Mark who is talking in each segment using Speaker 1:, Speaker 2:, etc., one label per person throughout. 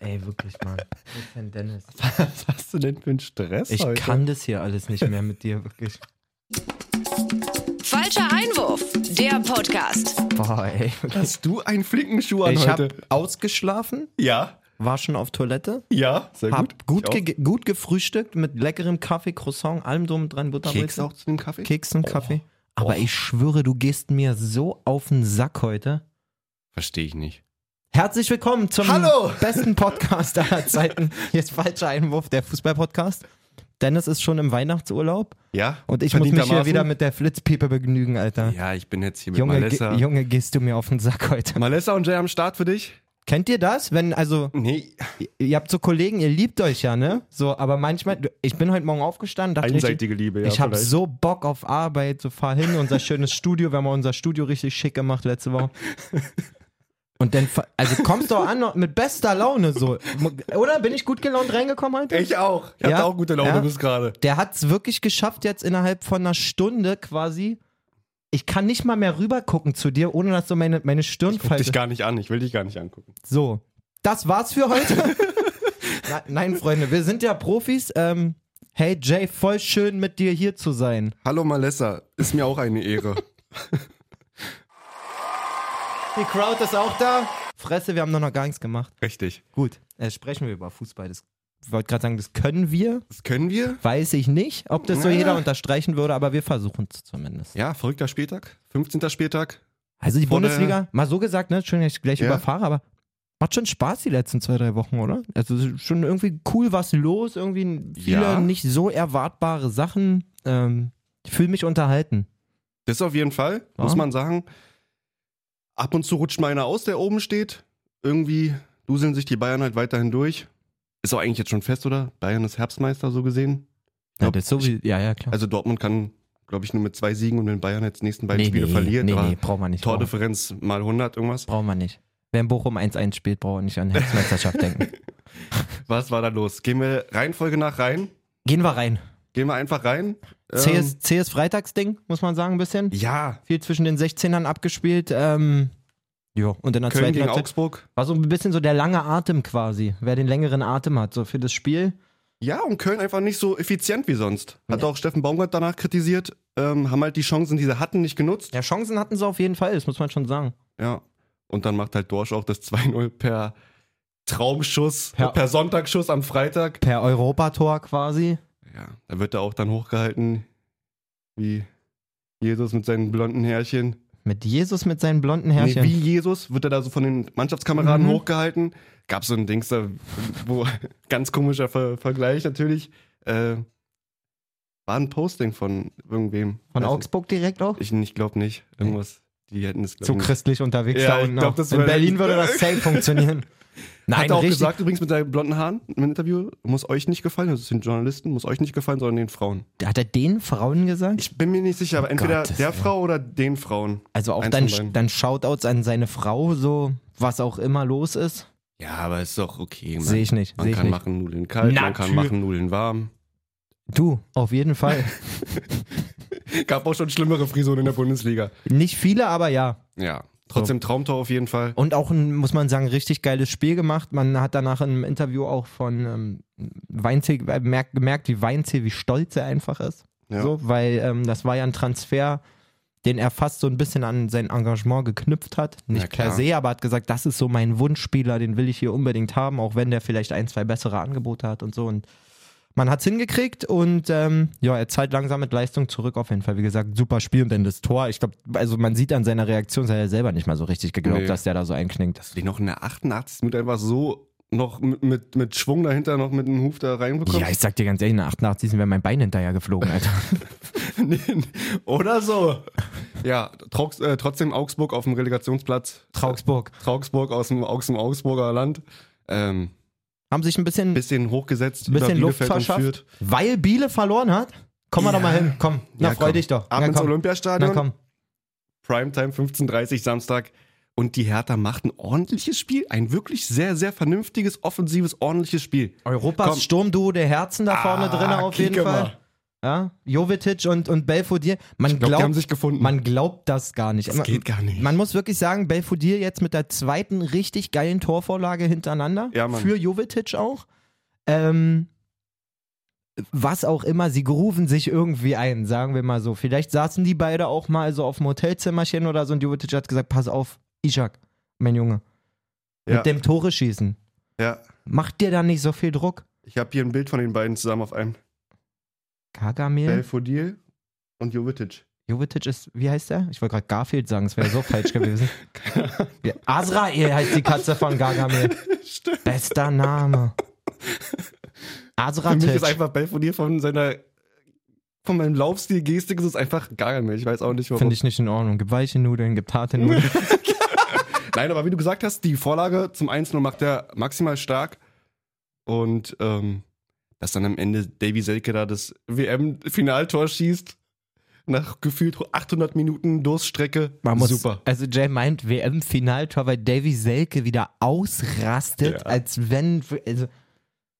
Speaker 1: Ey, wirklich, Mann. Wo ist denn Dennis?
Speaker 2: Was hast du denn für einen Stress
Speaker 1: Ich
Speaker 2: heute?
Speaker 1: kann das hier alles nicht mehr mit dir, wirklich.
Speaker 3: Falscher Einwurf, der Podcast.
Speaker 1: Boah, ey.
Speaker 2: Hast du einen flinken Schuh an
Speaker 1: Ich
Speaker 2: heute?
Speaker 1: habe ausgeschlafen,
Speaker 2: Ja,
Speaker 1: war schon auf Toilette,
Speaker 2: ja. Sehr
Speaker 1: hab gut,
Speaker 2: Ich auch.
Speaker 1: ge gut gefrühstückt mit leckerem Kaffee, Croissant, allem drum und dran,
Speaker 2: Keks
Speaker 1: Butterbrötchen,
Speaker 2: auch zu dem Kaffee?
Speaker 1: Keksen, Kaffee. Aber
Speaker 2: Oh.
Speaker 1: ich schwöre, du gehst mir so auf den Sack heute.
Speaker 2: Verstehe ich nicht.
Speaker 1: Herzlich willkommen zum
Speaker 2: Hallo!
Speaker 1: besten Podcast aller Zeiten. Hier ist falscher Einwurf, der Fußball-Podcast. Dennis ist schon im Weihnachtsurlaub
Speaker 2: Ja?
Speaker 1: und ich muss mich hier
Speaker 2: verdientermaßen?
Speaker 1: wieder mit der Flitzpiepe begnügen, Alter.
Speaker 2: Ja, ich bin jetzt hier mit
Speaker 1: Junge,
Speaker 2: Malessa.
Speaker 1: ge- Junge, gehst du mir auf den Sack heute.
Speaker 2: Malessa und Jay am Start für dich?
Speaker 1: Kennt ihr das? Wenn, also,
Speaker 2: Nee,
Speaker 1: ihr habt so Kollegen, ihr liebt euch ja, ne? So, aber manchmal, du- ich bin heute Morgen aufgestanden, dachte richtig,
Speaker 2: einseitige Liebe. Ja,
Speaker 1: ich habe
Speaker 2: vielleicht.
Speaker 1: so Bock auf Arbeit, so fahr hin, unser schönes Studio, wir haben auch unser Studio richtig schick gemacht letzte Woche. Und dann, fa- also kommst du auch an mit bester Laune so. Oder bin ich gut gelaunt reingekommen heute?
Speaker 2: Ich auch. Ich
Speaker 1: Ja?
Speaker 2: hatte auch gute Laune
Speaker 1: Ja?
Speaker 2: bis gerade.
Speaker 1: Der hat es wirklich geschafft, jetzt innerhalb von einer Stunde quasi. Ich kann nicht mal mehr rübergucken zu dir, ohne dass du meine, meine Stirn
Speaker 2: Guck dich
Speaker 1: faltest.
Speaker 2: gar nicht an, ich will dich gar nicht angucken.
Speaker 1: So, das war's für heute. Na, nein, Freunde, wir sind ja Profis. Ähm, hey Jay, voll schön mit dir hier zu sein.
Speaker 2: Hallo Malessa, ist mir auch eine Ehre.
Speaker 1: Die Crowd ist auch da. Fresse, wir haben doch noch gar nichts gemacht.
Speaker 2: Richtig.
Speaker 1: Gut, äh, sprechen wir über Fußball. Das- Ich wollte gerade sagen, das können wir.
Speaker 2: Das können wir?
Speaker 1: Weiß ich nicht, ob das so
Speaker 2: Ja.
Speaker 1: jeder unterstreichen würde, aber wir versuchen es zumindest.
Speaker 2: Ja, verrückter Spieltag, 15. Spieltag.
Speaker 1: Also die
Speaker 2: Vor der-
Speaker 1: Bundesliga, mal so gesagt, ne, schön, dass ich gleich
Speaker 2: Ja.
Speaker 1: überfahre, aber macht schon Spaß die letzten zwei, drei Wochen, oder? Also es ist schon irgendwie cool was los, irgendwie viele
Speaker 2: Ja.
Speaker 1: nicht so erwartbare Sachen. Ähm, ich fühle mich unterhalten.
Speaker 2: Das auf jeden Fall,
Speaker 1: Ja.
Speaker 2: muss man sagen. Ab und zu rutscht mal einer aus, der oben steht. Irgendwie duseln sich die Bayern halt weiterhin durch. Ist auch eigentlich jetzt schon fest, oder? Bayern ist Herbstmeister, so gesehen.
Speaker 1: Ja,
Speaker 2: glaub,
Speaker 1: das ist so wie, ja, ja, klar.
Speaker 2: Also Dortmund kann, glaube ich, nur mit zwei Siegen und wenn Bayern jetzt die nächsten beiden Spiele verliert,
Speaker 1: nee,
Speaker 2: aber
Speaker 1: nee, braucht man nicht. Braucht
Speaker 2: Tordifferenz mal 100 irgendwas.
Speaker 1: braucht man nicht. Wer in Bochum 1-1 spielt, braucht er nicht an Herbstmeisterschaft denken.
Speaker 2: Was war da los? Gehen wir Reihenfolge nach rein?
Speaker 1: Gehen wir rein.
Speaker 2: Gehen wir einfach rein? Ähm,
Speaker 1: CS, CS Freitagsding, muss man sagen, ein bisschen.
Speaker 2: Ja,
Speaker 1: Viel zwischen den 16ern abgespielt. Ähm, ja, und in der
Speaker 2: Köln
Speaker 1: zweiten
Speaker 2: gegen
Speaker 1: Halbzeit-
Speaker 2: Augsburg.
Speaker 1: War so ein bisschen so der lange Atem quasi. Wer den längeren Atem hat, so für das Spiel.
Speaker 2: Ja, und Köln einfach nicht so effizient wie sonst. Hat auch Steffen Baumgart danach kritisiert. Ähm, haben halt die Chancen, die sie hatten, nicht genutzt.
Speaker 1: Ja, Chancen hatten sie auf jeden Fall, das muss man schon sagen.
Speaker 2: Ja. Und dann macht halt Dorsch auch das 2-0 per Traumschuss, äh,
Speaker 1: Per-
Speaker 2: per, Sonntagsschuss am Freitag.
Speaker 1: Per Europator quasi.
Speaker 2: Ja, da wird er auch dann hochgehalten, wie Jesus mit seinen blonden Härchen.
Speaker 1: Mit Jesus mit seinen blonden
Speaker 2: Nee,
Speaker 1: Härchen.
Speaker 2: wie Jesus wird er da so von den Mannschaftskameraden
Speaker 1: Mhm.
Speaker 2: hochgehalten. Gab so ein Dings da, wo ganz komischer Ver Vergleich natürlich. Äh, war ein Posting von irgendwem.
Speaker 1: Von
Speaker 2: Weiß
Speaker 1: Augsburg direkt auch?
Speaker 2: Also Ich, ich nicht, glaube nicht. Irgendwas. Die hätten es glaub
Speaker 1: Zu
Speaker 2: nicht.
Speaker 1: christlich unterwegs
Speaker 2: Ja,
Speaker 1: da
Speaker 2: ich
Speaker 1: unten.
Speaker 2: glaub,
Speaker 1: auch.
Speaker 2: das
Speaker 1: In
Speaker 2: wäre-
Speaker 1: Berlin würde das safe funktionieren. Nein,
Speaker 2: Hat er auch
Speaker 1: richtig.
Speaker 2: gesagt übrigens mit seinen blonden Haaren im Interview, muss euch nicht gefallen, das ist den Journalisten, muss euch nicht gefallen, sondern den Frauen. Oh
Speaker 1: Hat er den Frauen gesagt?
Speaker 2: Ich bin mir nicht sicher, aber entweder
Speaker 1: Gottes
Speaker 2: der
Speaker 1: Willen.
Speaker 2: Frau oder den Frauen.
Speaker 1: also auch
Speaker 2: Eins
Speaker 1: dann,
Speaker 2: von beiden.
Speaker 1: dann Shoutouts an seine Frau, so was auch immer los ist.
Speaker 2: Ja, aber ist doch okay.
Speaker 1: Sehe ich nicht.
Speaker 2: Man
Speaker 1: Sehe ich
Speaker 2: kann
Speaker 1: nicht.
Speaker 2: machen Nudeln kalt, man kann
Speaker 1: Natürlich.
Speaker 2: machen Nudeln warm.
Speaker 1: Du, auf jeden Fall.
Speaker 2: Gab auch schon schlimmere Frisuren in der Bundesliga.
Speaker 1: Nicht viele, aber ja.
Speaker 2: Ja, trotzdem Traumtor auf jeden Fall.
Speaker 1: Und auch ein, muss man sagen, richtig geiles Spiel gemacht. Man hat danach im Interview auch von ähm, Weinzee äh, merk, gemerkt, wie Weinzee, wie stolz er einfach ist.
Speaker 2: Ja.
Speaker 1: So, weil ähm, das war ja ein Transfer, den er fast so ein bisschen an sein Engagement geknüpft hat. Nicht
Speaker 2: Na klar.
Speaker 1: per se, aber hat gesagt, das ist so mein Wunschspieler, den will ich hier unbedingt haben, auch wenn der vielleicht ein, zwei bessere Angebote hat und so. Und man hat es hingekriegt und ähm, ja, er zahlt langsam mit Leistung zurück auf jeden Fall. Wie gesagt, super Spiel und dann das Tor. Ich glaube, also man sieht an seiner Reaktion, dass er selber nicht mal so richtig geglaubt,
Speaker 2: Nee.
Speaker 1: dass der da so einklingt.
Speaker 2: Die noch in der 88. Minute einfach so noch mit, mit, mit Schwung dahinter, noch mit einem Huf da reinbekommen.
Speaker 1: Ja, ich sag dir ganz ehrlich, nach 88 wäre mein Bein hinterher geflogen, Alter.
Speaker 2: Oder so. Ja, Traugs, äh, trotzdem Augsburg auf dem Relegationsplatz.
Speaker 1: Augsburg.
Speaker 2: Traugsburg aus dem, aus dem Augsburger Land. Ähm,
Speaker 1: Haben sich ein bisschen,
Speaker 2: bisschen hochgesetzt. über
Speaker 1: bisschen Luft
Speaker 2: Bielefeld und
Speaker 1: verschafft,
Speaker 2: Fürth.
Speaker 1: weil Biele verloren hat. Komm mal
Speaker 2: Ja.
Speaker 1: doch mal hin, komm. Na,
Speaker 2: Ja,
Speaker 1: freu
Speaker 2: komm.
Speaker 1: dich doch.
Speaker 2: Ab
Speaker 1: Na,
Speaker 2: ins
Speaker 1: komm. Na,
Speaker 2: Olympiastadion.
Speaker 1: komm.
Speaker 2: Primetime 15.30 Samstag. Und die Hertha macht ein ordentliches Spiel. Ein wirklich sehr, sehr vernünftiges, offensives, ordentliches Spiel.
Speaker 1: Europas
Speaker 2: Komm.
Speaker 1: Sturmduo der Herzen da vorne
Speaker 2: Ah,
Speaker 1: drin auf jeden
Speaker 2: kicke
Speaker 1: Fall.
Speaker 2: mal.
Speaker 1: Ja? Jovetic und, und Belfodil. Man
Speaker 2: Ich glaube, die
Speaker 1: glaubt,
Speaker 2: haben sich gefunden.
Speaker 1: man glaubt das gar nicht.
Speaker 2: das
Speaker 1: man,
Speaker 2: geht gar nicht.
Speaker 1: man muss wirklich sagen, Belfodil jetzt mit der zweiten richtig geilen Torvorlage hintereinander.
Speaker 2: Ja, Mann.
Speaker 1: für Jovetic auch. Ähm, was auch immer, sie gerufen sich irgendwie ein, sagen wir mal so. Vielleicht saßen die beide auch mal so auf dem Hotelzimmerchen oder so und Jovetic hat gesagt, pass auf, Ishak, mein Junge,
Speaker 2: ja,
Speaker 1: mit dem Tore schießen.
Speaker 2: ja.
Speaker 1: Mach dir da nicht so viel Druck.
Speaker 2: Ich habe hier ein Bild von den beiden zusammen auf einem.
Speaker 1: Kagamel,
Speaker 2: Belfodil und Jovic.
Speaker 1: Jovetic ist, wie heißt er? Ich wollte gerade Garfield sagen, es wäre so falsch gewesen. Ja, Azrael heißt die Katze von Gargamel.
Speaker 2: Stimmt.
Speaker 1: Bester Name.
Speaker 2: Für mich ist
Speaker 1: Azratic.
Speaker 2: einfach Belfodil von seiner, von meinem Laufstil, Gestik, ist es einfach Gargamel. Ich weiß auch nicht, warum.
Speaker 1: Finde ich nicht in Ordnung. Gibt weiche Nudeln, gibt harte Nudeln.
Speaker 2: Nein, aber wie du gesagt hast, die Vorlage zum 1-0 macht er maximal stark. Und ähm, dass dann am Ende Davy Selke da das WM-Finaltor schießt, nach gefühlt 800 Minuten Durststrecke.
Speaker 1: Man muss,
Speaker 2: Super.
Speaker 1: Also Jay meint WM-Finaltor, weil Davy Selke wieder ausrastet,
Speaker 2: Ja.
Speaker 1: als wenn. Also,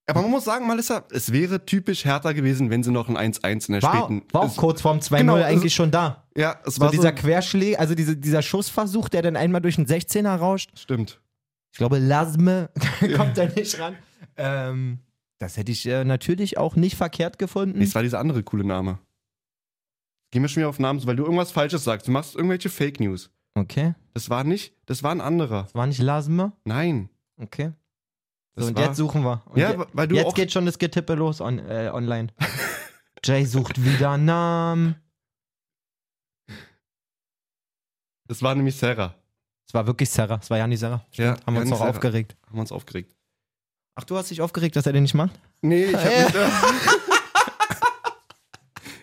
Speaker 2: Aber man muss sagen, Malissa, es wäre typisch härter gewesen, wenn sie noch ein 1-1 in der
Speaker 1: war,
Speaker 2: späten.
Speaker 1: war auch
Speaker 2: es,
Speaker 1: kurz vorm 2-0
Speaker 2: Genau,
Speaker 1: eigentlich
Speaker 2: es-
Speaker 1: schon da.
Speaker 2: ja, es
Speaker 1: So
Speaker 2: war
Speaker 1: dieser
Speaker 2: so.
Speaker 1: Querschläger, also diese, dieser Schussversuch, der dann einmal durch den 16er rauscht.
Speaker 2: Stimmt.
Speaker 1: Ich glaube, Lasme kommt da nicht ran. Ähm, das hätte ich äh, natürlich auch nicht verkehrt gefunden.
Speaker 2: Nee, es war dieser andere coole Name. Gehen wir schon wieder auf Namen, weil du irgendwas Falsches sagst. Du machst irgendwelche Fake News.
Speaker 1: Okay.
Speaker 2: Das war nicht, das war ein anderer.
Speaker 1: Das war nicht Lasme.
Speaker 2: Nein.
Speaker 1: Okay.
Speaker 2: Das
Speaker 1: So, und
Speaker 2: war,
Speaker 1: jetzt suchen wir. Und
Speaker 2: Ja,
Speaker 1: je-
Speaker 2: weil du
Speaker 1: jetzt
Speaker 2: auch.
Speaker 1: geht schon das Getippe los on, äh, online. Jay sucht wieder Namen.
Speaker 2: Das war nämlich Sarah.
Speaker 1: Es war wirklich Sarah. Es war ja nicht Sarah.
Speaker 2: Ja,
Speaker 1: Haben wir uns
Speaker 2: Janis
Speaker 1: auch
Speaker 2: Serra.
Speaker 1: aufgeregt.
Speaker 2: Haben wir uns aufgeregt.
Speaker 1: Ach, du hast dich aufgeregt, dass er den nicht macht?
Speaker 2: Nee, ich
Speaker 1: Äh.
Speaker 2: hab nicht.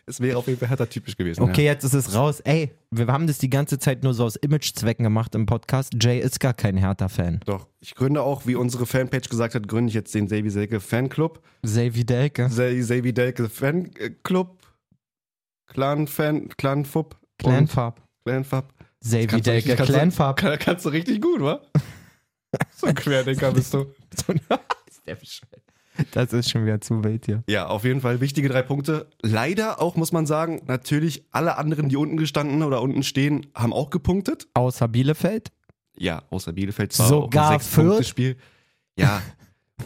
Speaker 2: es wäre auf jeden Fall härter typisch gewesen.
Speaker 1: Okay, jetzt ist es raus. Ey, wir haben das die ganze Zeit nur so aus Imagezwecken gemacht im Podcast. Jay ist gar kein Hertha-Fan.
Speaker 2: Doch, ich gründe auch, wie unsere Fanpage gesagt hat, gründe ich jetzt den Sabi Selke Fanclub.
Speaker 1: Xavi Delke.
Speaker 2: Sabi Selke Fanclub. Clan Fan, Clan Fub.
Speaker 1: Clanfarb.
Speaker 2: Clan Fub.
Speaker 1: Xavi
Speaker 2: Kannst
Speaker 1: Delke.
Speaker 2: du richtig- kannst du-
Speaker 1: Clanfarb.
Speaker 2: Kann, kannst du richtig gut, wa? So ein Querdenker bist du.
Speaker 1: Das ist schon wieder zu wild hier.
Speaker 2: Ja, auf jeden Fall wichtige drei Punkte. Leider auch, muss man sagen, natürlich alle anderen, die unten gestanden oder unten stehen, haben auch gepunktet.
Speaker 1: Außer Bielefeld.
Speaker 2: Ja, außer Bielefeld
Speaker 1: Sogar Fürth?
Speaker 2: Spiel. Ja.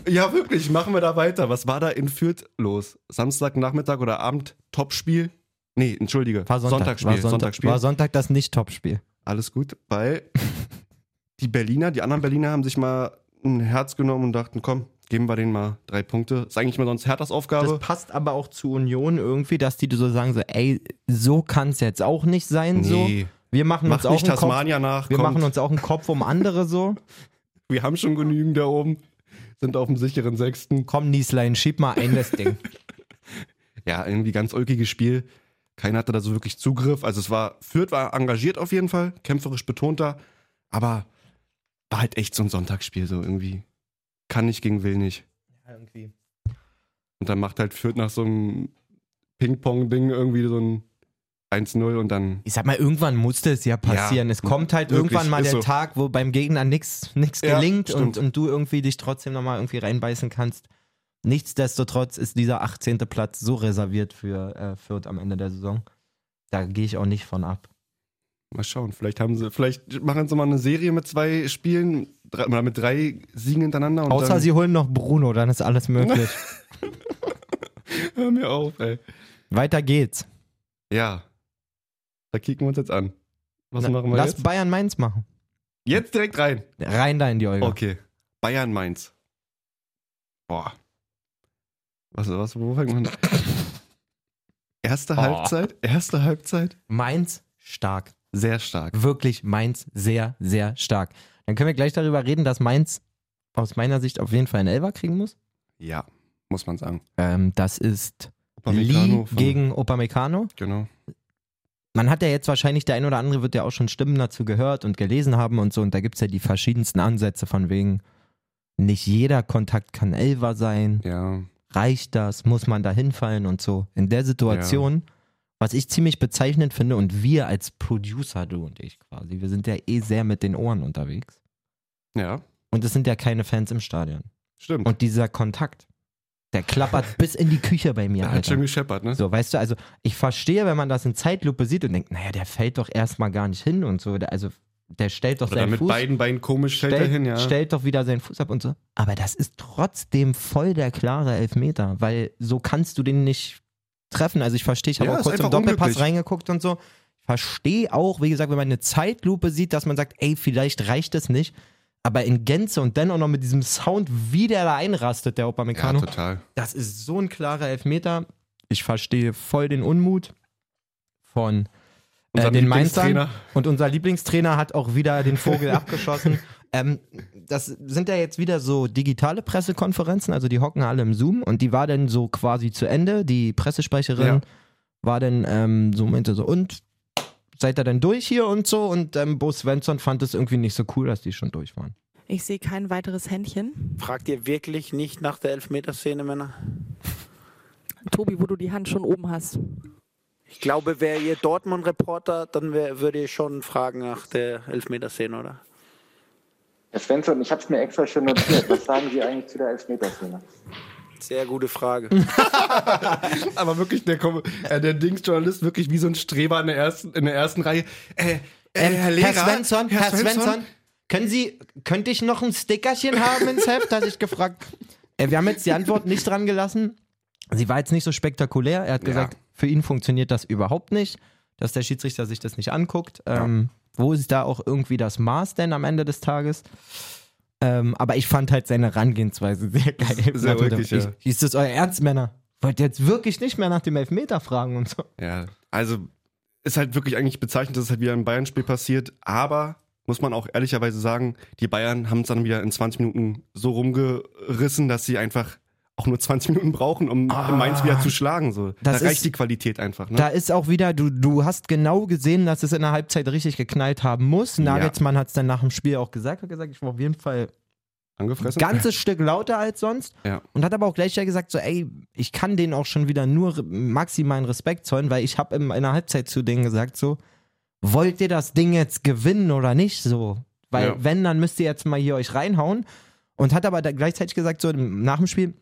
Speaker 2: ja, wirklich, machen wir da weiter. Was war da in Fürth los? Samstagnachmittag oder Abend Topspiel? Nee, entschuldige.
Speaker 1: War Sonntag.
Speaker 2: Sonntagsspiel,
Speaker 1: War Sonntag,
Speaker 2: Sonntagsspiel.
Speaker 1: War Sonntag das Nicht-Topspiel.
Speaker 2: Alles gut, weil die Berliner, die anderen Berliner haben sich mal ein Herz genommen und dachten, komm, geben wir denen mal drei Punkte. Ist eigentlich mal sonst Herthas Aufgabe.
Speaker 1: Das passt aber auch zu Union irgendwie, dass die so sagen so, ey, so kann es jetzt auch nicht sein. So. Wir machen uns
Speaker 2: Macht
Speaker 1: auch
Speaker 2: nicht
Speaker 1: einen Kopf.
Speaker 2: Tasmania nach.
Speaker 1: Wir
Speaker 2: kommt.
Speaker 1: machen uns auch einen Kopf um andere so.
Speaker 2: wir haben schon genügend da oben. Sind auf dem sicheren Sechsten.
Speaker 1: Komm, Nieslein, schieb mal ein das Ding.
Speaker 2: Ja, irgendwie ganz ulkiges Spiel. Keiner hatte da so wirklich Zugriff. Also es war, Fürth war engagiert auf jeden Fall, kämpferisch betonter, aber war halt echt so ein Sonntagsspiel so irgendwie. Kann nicht gegen will nicht. Und dann macht halt Fürth nach so einem Ping-Pong-Ding irgendwie so ein 1-0 und dann
Speaker 1: Ich sag mal, irgendwann musste es ja passieren.
Speaker 2: Ja,
Speaker 1: es kommt halt
Speaker 2: wirklich,
Speaker 1: irgendwann mal der
Speaker 2: ist so.
Speaker 1: Tag, wo beim Gegner nichts
Speaker 2: Ja,
Speaker 1: gelingt und,
Speaker 2: stimmt.
Speaker 1: und du irgendwie dich trotzdem nochmal irgendwie reinbeißen kannst. Nichtsdestotrotz ist dieser 18. Platz so reserviert für äh, Fürth am Ende der Saison. Da gehe ich auch nicht von ab.
Speaker 2: mal schauen. Vielleicht haben sie, vielleicht machen sie mal eine Serie mit zwei Spielen drei, oder mit drei Siegen hintereinander. Und
Speaker 1: Außer
Speaker 2: dann,
Speaker 1: sie holen noch Bruno, dann ist alles möglich.
Speaker 2: Hör mir auf, ey.
Speaker 1: Weiter geht's.
Speaker 2: Ja. Da kicken wir uns jetzt an. Was
Speaker 1: Na,
Speaker 2: machen wir
Speaker 1: Lass
Speaker 2: jetzt?
Speaker 1: Bayern Mainz machen.
Speaker 2: Jetzt direkt rein.
Speaker 1: Rein da in die Olga.
Speaker 2: Okay. Bayern Mainz. Boah. Was, was, wo fangen wir an? Erste Halbzeit, erste Halbzeit,
Speaker 1: Mainz stark.
Speaker 2: sehr stark.
Speaker 1: wirklich Mainz sehr, sehr stark. Dann können wir gleich darüber reden, dass Mainz aus meiner Sicht auf jeden Fall einen Elfer kriegen muss.
Speaker 2: Ja, muss man sagen.
Speaker 1: Ähm, das ist
Speaker 2: Upamecano
Speaker 1: Lee
Speaker 2: von-
Speaker 1: gegen Upamecano.
Speaker 2: Genau.
Speaker 1: Man hat ja jetzt wahrscheinlich, der ein oder andere wird ja auch schon Stimmen dazu gehört und gelesen haben und so. Und da gibt es ja die verschiedensten Ansätze von wegen, nicht jeder Kontakt kann Elfer sein.
Speaker 2: Ja.
Speaker 1: Reicht das? Muss man da hinfallen und so? In der Situation, was ich ziemlich bezeichnend finde und wir als Producer, du und ich quasi, wir sind ja eh sehr mit den Ohren unterwegs.
Speaker 2: Ja,
Speaker 1: Und es sind ja keine Fans im Stadion.
Speaker 2: stimmt.
Speaker 1: Und dieser Kontakt, Der klappert bis in die Küche bei mir.
Speaker 2: Der hat
Speaker 1: Alter.
Speaker 2: schon gescheppert, ne?
Speaker 1: So, weißt du, also ich verstehe, wenn man das in Zeitlupe sieht und denkt, naja, der fällt doch erstmal gar nicht hin und so. Der, also der stellt doch
Speaker 2: Oder
Speaker 1: seinen
Speaker 2: mit
Speaker 1: Fuß,
Speaker 2: beiden Beinen komisch stellt er
Speaker 1: stellt,
Speaker 2: hin, ja.
Speaker 1: stellt doch wieder seinen Fuß ab und so. Aber das ist trotzdem voll der klare Elfmeter, weil so kannst du den nicht treffen. Also ich verstehe, ich habe
Speaker 2: Ja,
Speaker 1: auch
Speaker 2: ist
Speaker 1: kurz im
Speaker 2: einfach
Speaker 1: Doppelpass
Speaker 2: unglücklich.
Speaker 1: reingeguckt und so. Ich verstehe auch, wie gesagt, wenn man eine Zeitlupe sieht, dass man sagt, ey, vielleicht reicht es nicht. Aber in Gänze und dann auch noch mit diesem Sound, wie der da einrastet, der
Speaker 2: ja,
Speaker 1: Upamecano.
Speaker 2: total.
Speaker 1: Das ist so ein klarer Elfmeter. Ich verstehe voll den Unmut von äh,
Speaker 2: Unser
Speaker 1: den Mainzern.
Speaker 2: Lieblingstrainer.
Speaker 1: Und unser Lieblingstrainer hat auch wieder den Vogel abgeschossen. Ähm, das sind ja jetzt wieder so digitale Pressekonferenzen, also die hocken alle im Zoom und die war dann so quasi zu Ende. Die Pressesprecherin
Speaker 2: Ja.
Speaker 1: war dann ähm, so meinte so, und seid ihr denn durch hier und so? Und ähm, Bo Svensson fand es irgendwie nicht so cool, dass die schon durch waren.
Speaker 4: Ich sehe kein weiteres Händchen.
Speaker 5: Fragt ihr wirklich nicht nach der Elfmeterszene, Männer?
Speaker 4: Tobi, wo du die Hand schon oben hast.
Speaker 5: Ich glaube, wäre ihr Dortmund-Reporter, dann wär, würde ihr schon fragen nach der Elfmeterszene, oder?
Speaker 6: Herr Svensson, ich habe es mir extra schon notiert. Was sagen Sie eigentlich zu der Elfmeterszene?
Speaker 5: Sehr gute Frage.
Speaker 2: Aber wirklich, der, Kom- äh, der Dingsjournalist wirklich wie so ein Streber in der ersten, in der ersten Reihe. Äh, äh,
Speaker 1: Ähm,
Speaker 2: Herr Lehrer,
Speaker 1: Svensson, Herr, Svensson, können Sie, könnte ich noch ein Stickerchen haben ins Heft? Hatte ich gefragt. Äh, wir haben jetzt die Antwort nicht dran gelassen. Sie war jetzt nicht so spektakulär. Er hat gesagt, für ihn funktioniert das überhaupt nicht, dass der Schiedsrichter sich das nicht anguckt. Ähm, Wo ist da auch irgendwie das Maß denn am Ende des Tages? Ähm, aber ich fand halt seine Herangehensweise sehr geil.
Speaker 2: Sehr
Speaker 1: Nach dem
Speaker 2: ulkig,
Speaker 1: Motto,
Speaker 2: ja.
Speaker 1: ich, Ist das euer Ernst, Männer? Wollt ihr jetzt wirklich nicht mehr nach dem Elfmeter fragen und so?
Speaker 2: Ja, also ist halt wirklich eigentlich bezeichnend, dass es halt wieder ein Bayern-Spiel passiert, aber muss man auch ehrlicherweise sagen, die Bayern haben es dann wieder in 20 Minuten so rumgerissen, dass sie einfach auch nur 20 Minuten brauchen, um Mainz wieder zu schlagen. So.
Speaker 1: Ah. Das
Speaker 2: da reicht
Speaker 1: ist-
Speaker 2: die Qualität einfach. Ne?
Speaker 1: Da ist auch wieder, du, du hast genau gesehen, dass es in der Halbzeit richtig geknallt haben muss. Nagelsmann hat es dann nach dem Spiel auch gesagt, hat gesagt, ich war auf jeden Fall ein
Speaker 2: Angefressen?
Speaker 1: ganzes Stück lauter als sonst.
Speaker 2: Ja.
Speaker 1: Und hat aber auch gleich ja gesagt, so, ey, ich kann denen auch schon wieder nur re- maximalen Respekt zollen, weil ich habe in der Halbzeit zu denen gesagt, so, wollt ihr das Ding jetzt gewinnen oder nicht? So, weil
Speaker 2: Ja.
Speaker 1: wenn, dann müsst ihr jetzt mal hier euch reinhauen. Und hat aber da gleichzeitig gesagt, so im- nach dem Spiel,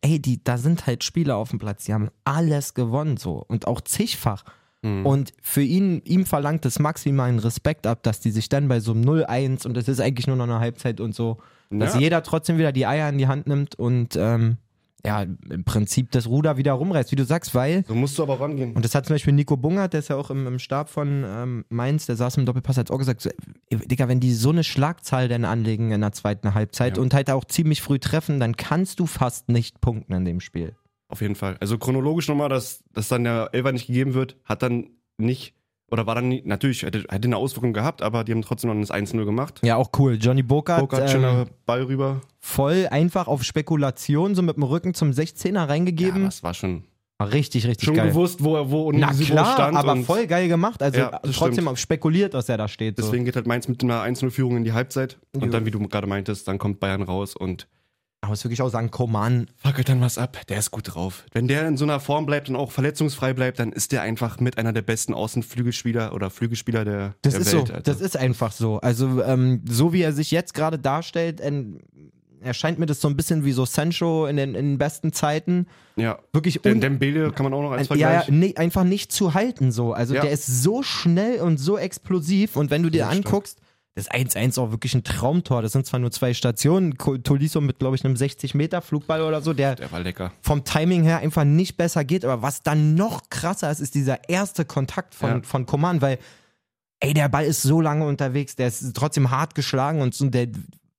Speaker 1: ey, die, da sind halt Spieler auf dem Platz, die haben alles gewonnen, so. Und auch zigfach.
Speaker 2: Mhm.
Speaker 1: Und für ihn, ihm verlangt es maximalen Respekt ab, dass die sich dann bei so einem 0-1 und es ist eigentlich nur noch eine Halbzeit und so, dass
Speaker 2: Ja.
Speaker 1: jeder trotzdem wieder die Eier in die Hand nimmt und ähm, ja, im Prinzip das Ruder wieder rumreißt, wie du sagst, weil,
Speaker 2: So musst du aber rangehen.
Speaker 1: und das hat zum Beispiel Nico Bungert, der ist ja auch im, im Stab von ähm, Mainz, der saß im Doppelpass, hat auch gesagt, so, ey, Digga, wenn die so eine Schlagzahl denn anlegen in der zweiten Halbzeit
Speaker 2: Ja.
Speaker 1: und halt auch ziemlich früh treffen, dann kannst du fast nicht punkten in dem Spiel.
Speaker 2: Auf jeden Fall. Also chronologisch nochmal, dass, dass dann der Elfer nicht gegeben wird, hat dann nicht, oder war dann nie, natürlich, hätte, hätte eine Auswirkung gehabt, aber die haben trotzdem noch das 1-0 gemacht.
Speaker 1: Ja, auch cool. Johnny Burkhardt,
Speaker 2: Boca hat
Speaker 1: ähm,
Speaker 2: schöner Ball rüber.
Speaker 1: voll einfach auf Spekulation so mit dem Rücken zum 16er reingegeben.
Speaker 2: das war schon,
Speaker 1: War richtig, richtig
Speaker 2: schon
Speaker 1: geil.
Speaker 2: gewusst, wo er wo und
Speaker 1: Na
Speaker 2: wo
Speaker 1: klar,
Speaker 2: stand.
Speaker 1: aber
Speaker 2: und
Speaker 1: voll geil gemacht. Also
Speaker 2: Ja, das
Speaker 1: trotzdem
Speaker 2: stimmt.
Speaker 1: auf spekuliert, dass er da steht. So.
Speaker 2: Deswegen geht halt Mainz mit einer 1-0-Führung in die Halbzeit. Und
Speaker 1: Jo.
Speaker 2: dann, wie du gerade meintest, dann kommt Bayern raus und
Speaker 1: Man muss wirklich auch sagen, Koman,
Speaker 2: fackelt dann was ab. Der ist gut drauf. Wenn der in so einer Form bleibt und auch verletzungsfrei bleibt, dann ist der einfach mit einer der besten Außenflügelspieler oder Flügelspieler der,
Speaker 1: das
Speaker 2: der
Speaker 1: ist
Speaker 2: Welt.
Speaker 1: so.
Speaker 2: Alter.
Speaker 1: Das ist einfach so. Also ähm, so wie er sich jetzt gerade darstellt, en- erscheint mir das so ein bisschen wie so Sancho in den, in den besten Zeiten.
Speaker 2: ja.
Speaker 1: Wirklich
Speaker 2: Den
Speaker 1: un-
Speaker 2: Dembele kann man auch noch als
Speaker 1: Ein- Äh, Ja,
Speaker 2: Vergleich.
Speaker 1: ja nee, einfach nicht zu halten so. Also
Speaker 2: Ja.
Speaker 1: der ist so schnell und so explosiv und wenn du dir
Speaker 2: Ja, stark.
Speaker 1: anguckst, das 1-1 auch wirklich ein Traumtor. Das sind zwar nur zwei Stationen. Ko- Tolisso mit, glaube ich, einem 60-Meter-Flugball oder so, der
Speaker 2: Der war lecker.
Speaker 1: vom Timing her einfach nicht besser geht. Aber was dann noch krasser ist, ist dieser erste Kontakt von,
Speaker 2: Ja.
Speaker 1: von Coman, weil, ey, der Ball ist so lange unterwegs, der ist trotzdem hart geschlagen und, so, und der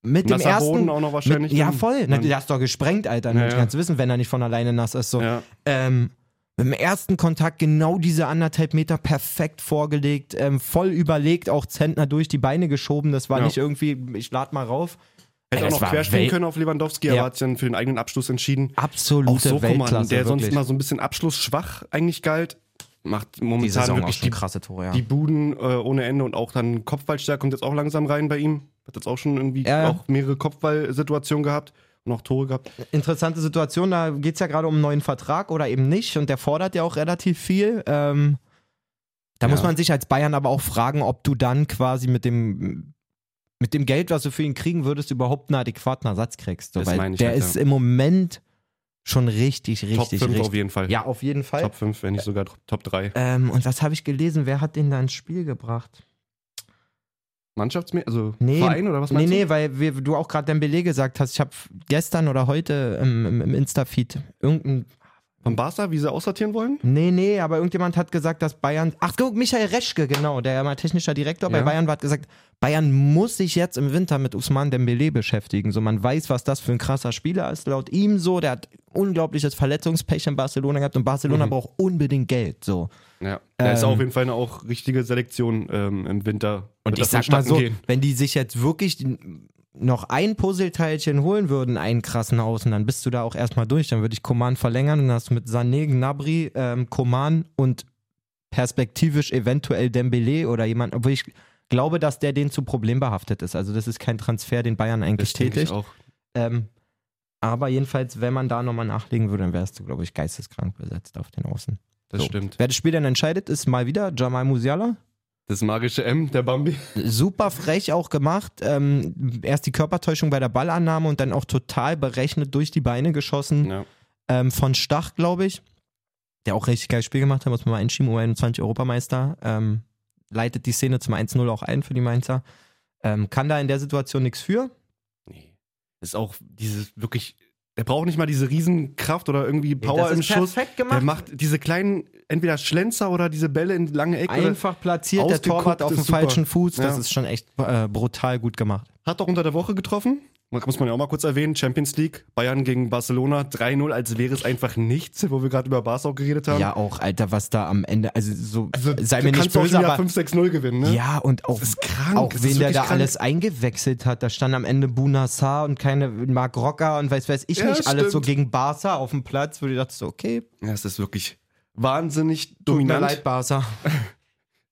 Speaker 1: mit dem
Speaker 2: Nasser
Speaker 1: ersten.
Speaker 2: Boden auch noch wahrscheinlich.
Speaker 1: mit, ja,
Speaker 2: dann.
Speaker 1: voll. Na,
Speaker 2: Dann-
Speaker 1: der ist doch gesprengt, Alter.
Speaker 2: Ja,
Speaker 1: Ja, ja.
Speaker 2: ja.
Speaker 1: kannst du wissen, wenn er nicht von alleine nass ist. So.
Speaker 2: Ja.
Speaker 1: Ähm, im ersten Kontakt genau diese anderthalb Meter perfekt vorgelegt, ähm, voll überlegt, auch Zentner durch die Beine geschoben. Das war
Speaker 2: Ja.
Speaker 1: nicht irgendwie, ich lad mal rauf. Ey,
Speaker 2: Hätte auch
Speaker 1: das
Speaker 2: noch
Speaker 1: war
Speaker 2: querspielen
Speaker 1: Wel-
Speaker 2: können auf Lewandowski,
Speaker 1: Ja.
Speaker 2: aber hat sich dann für den eigenen Abschluss entschieden.
Speaker 1: Absolute
Speaker 2: Auch so Koman,
Speaker 1: Weltklasse.
Speaker 2: der sonst
Speaker 1: wirklich.
Speaker 2: immer so ein bisschen abschlussschwach eigentlich galt, macht
Speaker 1: die
Speaker 2: momentan
Speaker 1: Saison auch
Speaker 2: wirklich
Speaker 1: schon
Speaker 2: die,
Speaker 1: krasse Tore, ja.
Speaker 2: die Buden äh, ohne Ende und auch dann Kopfballstärke kommt jetzt auch langsam rein bei ihm. Hat jetzt auch schon irgendwie
Speaker 1: Ja.
Speaker 2: auch mehrere Kopfballsituationen gehabt und auch Tore gehabt.
Speaker 1: interessante Situation. Da geht es ja gerade um einen neuen Vertrag oder eben nicht. Und der fordert ja auch relativ viel. Ähm, da
Speaker 2: Ja.
Speaker 1: muss man sich als Bayern aber auch fragen, ob du dann quasi mit dem, mit dem Geld, was du für ihn kriegen würdest, überhaupt einen adäquaten Ersatz kriegst. So,
Speaker 2: Das
Speaker 1: weil
Speaker 2: meine ich
Speaker 1: der
Speaker 2: halt,
Speaker 1: ist
Speaker 2: ja.
Speaker 1: im Moment schon richtig, richtig,
Speaker 2: Top 5
Speaker 1: richtig.
Speaker 2: auf jeden Fall.
Speaker 1: Ja, auf jeden Fall.
Speaker 2: Top 5, wenn nicht sogar Top 3.
Speaker 1: Ähm, und was habe ich gelesen? Wer hat den da ins Spiel gebracht?
Speaker 2: Mannschaftsmäßig? Also
Speaker 1: Nee,
Speaker 2: Verein oder was
Speaker 1: nee,
Speaker 2: meinst
Speaker 1: nee,
Speaker 2: du?
Speaker 1: weil wir, du auch gerade Dembele gesagt hast. Ich habe gestern oder heute im, im, im Insta-Feed irgendein.
Speaker 2: Von Barca, wie sie aussortieren wollen?
Speaker 1: Nee, nee, aber irgendjemand hat gesagt, dass Bayern. Ach, guck, Michael Reschke, genau, der ja mal technischer Direktor bei
Speaker 2: Ja.
Speaker 1: Bayern war, hat gesagt, Bayern muss sich jetzt im Winter mit Usman Dembele beschäftigen. So, man weiß, was das für ein krasser Spieler ist, laut ihm so. Der hat unglaubliches Verletzungspech in Barcelona gehabt und Barcelona
Speaker 2: Mhm.
Speaker 1: braucht unbedingt Geld, so.
Speaker 2: Ja. Da ist
Speaker 1: Ähm.
Speaker 2: auf jeden Fall eine auch richtige Selektion ähm, im Winter.
Speaker 1: Und
Speaker 2: wird
Speaker 1: ich
Speaker 2: das
Speaker 1: sag mal
Speaker 2: vonstatten
Speaker 1: so,
Speaker 2: gehen.
Speaker 1: wenn die sich jetzt wirklich n- noch ein Puzzleteilchen holen würden, einen krassen Außen, dann bist du da auch erstmal durch. Dann würde ich Koman verlängern und dann hast du mit Sané, Gnabry, ähm, Koman und perspektivisch eventuell Dembele oder jemand, obwohl ich glaube, dass der den zu problembehaftet ist. Also das ist kein Transfer, den Bayern eigentlich
Speaker 2: Das denke ich
Speaker 1: tätigt.
Speaker 2: auch.
Speaker 1: Ähm, aber jedenfalls, wenn man da nochmal nachlegen würde, dann wärst du, glaube ich, geisteskrank besetzt auf den Außen.
Speaker 2: Das
Speaker 1: So.
Speaker 2: stimmt.
Speaker 1: Wer das Spiel dann entscheidet, ist mal wieder Jamal Musiala.
Speaker 2: Das magische M, der Bambi.
Speaker 1: Super frech auch gemacht. Ähm, erst die Körpertäuschung bei der Ballannahme und dann auch total berechnet durch die Beine geschossen.
Speaker 2: Ja.
Speaker 1: Ähm, von Stach, glaube ich, der auch richtig geiles Spiel gemacht hat, muss man mal einschieben, U21 Europameister. Ähm, leitet die Szene zum 1-0 auch ein für die Mainzer. Ähm, kann da in der Situation nichts für.
Speaker 2: Nee. Ist auch dieses wirklich. Er braucht nicht mal diese Riesenkraft oder irgendwie Power
Speaker 1: das
Speaker 2: im
Speaker 1: ist
Speaker 2: Schuss.
Speaker 1: perfekt
Speaker 2: Er
Speaker 1: gemacht.
Speaker 2: macht diese kleinen, entweder Schlenzer oder diese Bälle in lange Ecken. oder-
Speaker 1: Einfach platziert, der
Speaker 2: Ausgeguckt
Speaker 1: Torwart auf
Speaker 2: ist
Speaker 1: dem
Speaker 2: super.
Speaker 1: falschen Fuß. Das
Speaker 2: Ja.
Speaker 1: ist schon echt äh, brutal gut gemacht.
Speaker 2: Hat doch unter der Woche getroffen. Muss man ja auch mal kurz erwähnen. Champions League, Bayern gegen Barcelona 3-0, als wäre es einfach nichts, wo wir gerade über Barca auch geredet haben.
Speaker 1: Ja, auch, Alter, was da am Ende, also so,
Speaker 2: Also,
Speaker 1: sei mir
Speaker 2: du
Speaker 1: nicht
Speaker 2: kannst
Speaker 1: böse,
Speaker 2: auch wieder
Speaker 1: aber
Speaker 2: 5-6-0 gewinnen, ne?
Speaker 1: Ja, und auch,
Speaker 2: ist krank,
Speaker 1: auch
Speaker 2: es
Speaker 1: wen
Speaker 2: ist
Speaker 1: der
Speaker 2: wirklich
Speaker 1: da
Speaker 2: krank.
Speaker 1: alles eingewechselt hat. Da stand am Ende Bunassar und keine Marc Rocker und weiß weiß ich
Speaker 2: Ja,
Speaker 1: nicht alles so
Speaker 2: stimmt.
Speaker 1: gegen Barca auf dem Platz, wo du dachtest, okay,
Speaker 2: Ja, es ist wirklich wahnsinnig
Speaker 1: tut mir
Speaker 2: dominant.
Speaker 1: leid, Barca.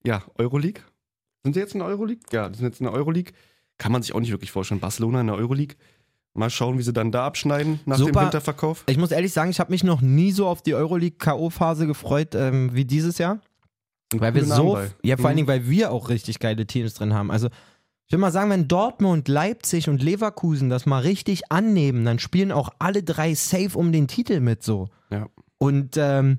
Speaker 2: Ja, Euroleague. Sind sie jetzt in der Euroleague? Ja, die sind jetzt in der Euroleague. Kann man sich auch nicht wirklich vorstellen. Barcelona in der Euroleague. Mal schauen, wie sie dann da abschneiden nach
Speaker 1: Super.
Speaker 2: dem Winterverkauf.
Speaker 1: Ich muss ehrlich sagen, ich habe mich noch nie so auf die Euroleague K.O.-Phase gefreut ähm, wie dieses Jahr.
Speaker 2: Sind
Speaker 1: Weil wir
Speaker 2: coole
Speaker 1: so,
Speaker 2: Namen bei.
Speaker 1: ja, vor allen
Speaker 2: Mhm.
Speaker 1: Dingen, weil wir auch richtig geile Teams drin haben. Also, ich will mal sagen, wenn Dortmund, Leipzig und Leverkusen das mal richtig annehmen, dann spielen auch alle drei safe um den Titel mit so.
Speaker 2: Ja.
Speaker 1: Und ähm,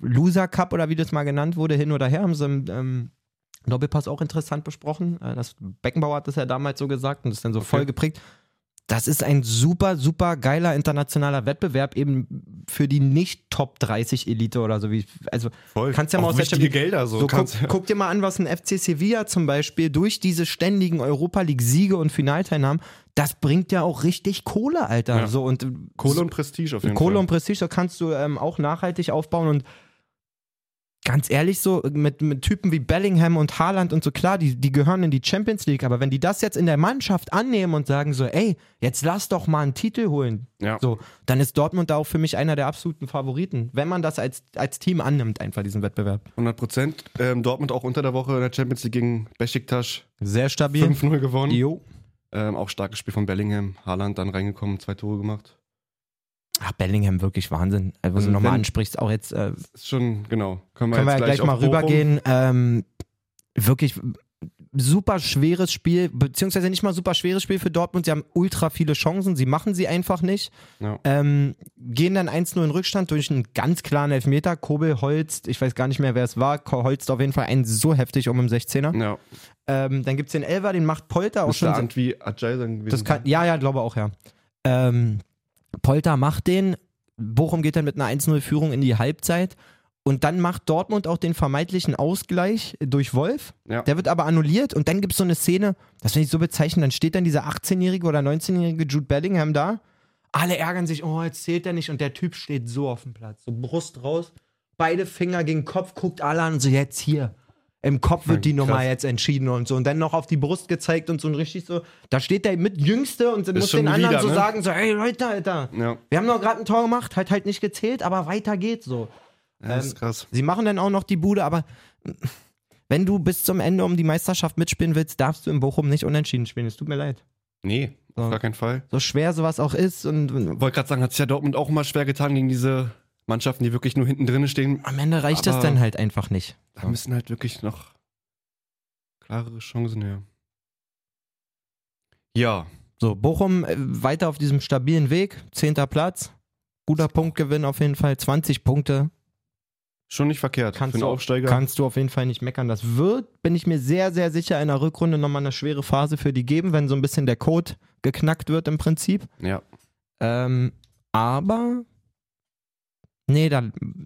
Speaker 1: Loser Cup oder wie das mal genannt wurde, hin oder her, haben sie im ähm, Doppelpass auch interessant besprochen. Äh, Das Beckenbauer hat das ja damals so gesagt und ist dann so voll geprägt. Das ist ein super, super geiler internationaler Wettbewerb, eben für die nicht Top 30 Elite oder so. Wie, also
Speaker 2: Voll.
Speaker 1: Kannst ja mal
Speaker 2: Auch
Speaker 1: aus der
Speaker 2: wichtige
Speaker 1: Champions-
Speaker 2: Gelder so.
Speaker 1: so, guck,
Speaker 2: kannst, ja.
Speaker 1: guck dir mal an, was ein FC Sevilla zum Beispiel durch diese ständigen Europa League-Siege und Finalteilnahmen, das bringt ja auch richtig Kohle, Alter.
Speaker 2: Ja.
Speaker 1: So, und äh,
Speaker 2: Kohle und Prestige auf jeden
Speaker 1: Kohle
Speaker 2: Fall.
Speaker 1: und Prestige, da kannst du ähm, auch nachhaltig aufbauen und ganz ehrlich, so mit, mit Typen wie Bellingham und Haaland und so, klar, die, die gehören in die Champions League, aber wenn die das jetzt in der Mannschaft annehmen und sagen so, ey, jetzt lass doch mal einen Titel holen,
Speaker 2: ja.
Speaker 1: so, dann ist Dortmund da auch für mich einer der absoluten Favoriten, wenn man das als, als Team annimmt, einfach diesen Wettbewerb.
Speaker 2: 100 Prozent. Ähm, Dortmund auch unter der Woche in der Champions League gegen Besiktas
Speaker 1: Sehr stabil.
Speaker 2: 5-0 gewonnen.
Speaker 1: Jo.
Speaker 2: Ähm, auch starkes Spiel von Bellingham. Haaland dann reingekommen, zwei Tore gemacht.
Speaker 1: Ach, Bellingham, wirklich Wahnsinn. Also, wenn
Speaker 2: Also
Speaker 1: du nochmal
Speaker 2: wenn-
Speaker 1: ansprichst, auch jetzt äh,
Speaker 2: Ist schon, genau. Können
Speaker 1: können wir
Speaker 2: wir,
Speaker 1: ja
Speaker 2: jetzt
Speaker 1: gleich,
Speaker 2: gleich, auf
Speaker 1: mal
Speaker 2: Bochum-
Speaker 1: rübergehen. Ähm, wirklich super schweres Spiel, beziehungsweise nicht mal super schweres Spiel für Dortmund. Sie haben ultra viele Chancen, sie machen sie einfach nicht.
Speaker 2: Ja.
Speaker 1: Ähm, gehen dann 1-0 in Rückstand durch einen ganz klaren Elfmeter. Kobel holzt, ich weiß gar nicht mehr, wer es war, ko- holzt auf jeden Fall einen so heftig um im 16er.
Speaker 2: Ja.
Speaker 1: Ähm, dann gibt es den Elver, den macht Polter auch
Speaker 2: Mhm. Müsste
Speaker 1: schon.
Speaker 2: Antwi Ajay dann gewesen
Speaker 1: Das kann,
Speaker 2: sein.
Speaker 1: ja, ja, glaube auch, ja. Ähm, Polter macht den. Bochum geht dann mit einer 1-0-Führung in die Halbzeit. Und dann macht Dortmund auch den vermeintlichen Ausgleich durch Wolf.
Speaker 2: Ja.
Speaker 1: Der wird aber annulliert. Und dann gibt es so eine Szene, das finde ich so bezeichnend. Dann steht dann dieser 18-jährige oder 19-jährige Jude Bellingham da. Alle ärgern sich, oh, jetzt zählt er nicht. Und der Typ steht so auf dem Platz, so Brust raus, beide Finger gegen den Kopf, guckt alle an, so jetzt hier. Im Kopf wird die
Speaker 2: Krass.
Speaker 1: Nummer jetzt entschieden und so. Und dann noch auf die Brust gezeigt und so und richtig so. Da steht der mit Jüngste und muss
Speaker 2: schon
Speaker 1: den anderen
Speaker 2: wieder,
Speaker 1: so
Speaker 2: ne?
Speaker 1: sagen, so, ey Leute, Alter,
Speaker 2: Ja.
Speaker 1: wir haben doch gerade ein Tor gemacht, hat halt nicht gezählt, aber weiter geht's so.
Speaker 2: Ja, das ist
Speaker 1: Ähm,
Speaker 2: krass.
Speaker 1: Sie machen dann auch noch die Bude, aber wenn du bis zum Ende um die Meisterschaft mitspielen willst, darfst du in Bochum nicht unentschieden spielen. Es tut mir leid.
Speaker 2: Nee,
Speaker 1: So.
Speaker 2: auf gar keinen Fall.
Speaker 1: So schwer sowas auch ist und und
Speaker 2: Wollte gerade sagen, hat sich ja Dortmund auch immer schwer getan gegen diese Mannschaften, die wirklich nur hinten drin stehen.
Speaker 1: am Ende reicht das
Speaker 2: Aber-
Speaker 1: dann halt einfach nicht.
Speaker 2: Da müssen halt wirklich noch klarere Chancen her. Ja,
Speaker 1: So, Bochum äh, weiter auf diesem stabilen Weg, zehnter Platz. Guter Punktgewinn auf jeden Fall. 20 Punkte
Speaker 2: Schon nicht verkehrt.
Speaker 1: kannst,
Speaker 2: Für einen
Speaker 1: du,
Speaker 2: Aufsteiger.
Speaker 1: kannst du auf jeden Fall nicht meckern. Das wird, bin ich mir sehr, sehr sicher, in der Rückrunde nochmal eine schwere Phase für die geben, wenn so ein bisschen der Code geknackt wird im Prinzip.
Speaker 2: ja.
Speaker 1: Ähm, aber. Nee, da,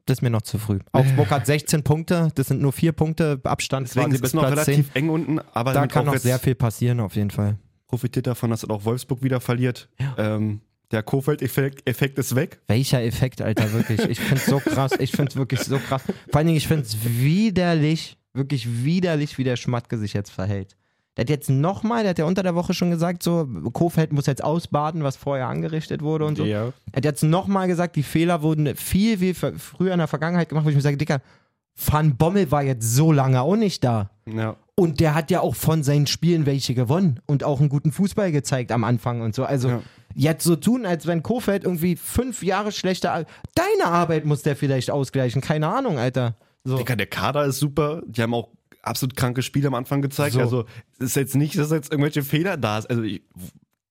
Speaker 1: das ist mir noch zu früh. Augsburg hat 16 Punkte, das sind nur vier Punkte Abstand
Speaker 2: Deswegen
Speaker 1: quasi
Speaker 2: ist
Speaker 1: bis
Speaker 2: es noch
Speaker 1: Platz 10.
Speaker 2: relativ eng unten, aber
Speaker 1: Da
Speaker 2: damit
Speaker 1: kann
Speaker 2: auch
Speaker 1: noch
Speaker 2: jetzt
Speaker 1: sehr viel passieren, auf jeden Fall.
Speaker 2: profitiert davon, dass auch Wolfsburg wieder verliert.
Speaker 1: Ja.
Speaker 2: Ähm, der Kofeld-Effekt Effekt ist weg.
Speaker 1: Welcher Effekt, Alter, wirklich. Ich find's so krass. Ich find's wirklich so krass. Vor allen Dingen, ich find's widerlich, wirklich widerlich, wie der Schmatke sich jetzt verhält. Der hat jetzt nochmal, der hat ja unter der Woche schon gesagt, so, Kofeld muss jetzt ausbaden, was vorher angerichtet wurde und so.
Speaker 2: Ja.
Speaker 1: Er hat jetzt nochmal gesagt, die Fehler wurden viel, viel ver- früher in der Vergangenheit gemacht, wo ich mir sage, Dicker, Van Bommel war jetzt so lange auch nicht da.
Speaker 2: ja.
Speaker 1: Und der hat ja auch von seinen Spielen welche gewonnen und auch einen guten Fußball gezeigt am Anfang und so. Also
Speaker 2: Ja.
Speaker 1: jetzt so tun, als wenn Kofeld irgendwie fünf Jahre schlechter. Ar Deine Arbeit muss der vielleicht ausgleichen. Keine Ahnung, Alter. So.
Speaker 2: Digga, der Kader ist super. Die haben auch absolut kranke Spiele am Anfang gezeigt.
Speaker 1: So.
Speaker 2: Also es ist jetzt nicht, dass jetzt irgendwelche Fehler da ist. Also ich,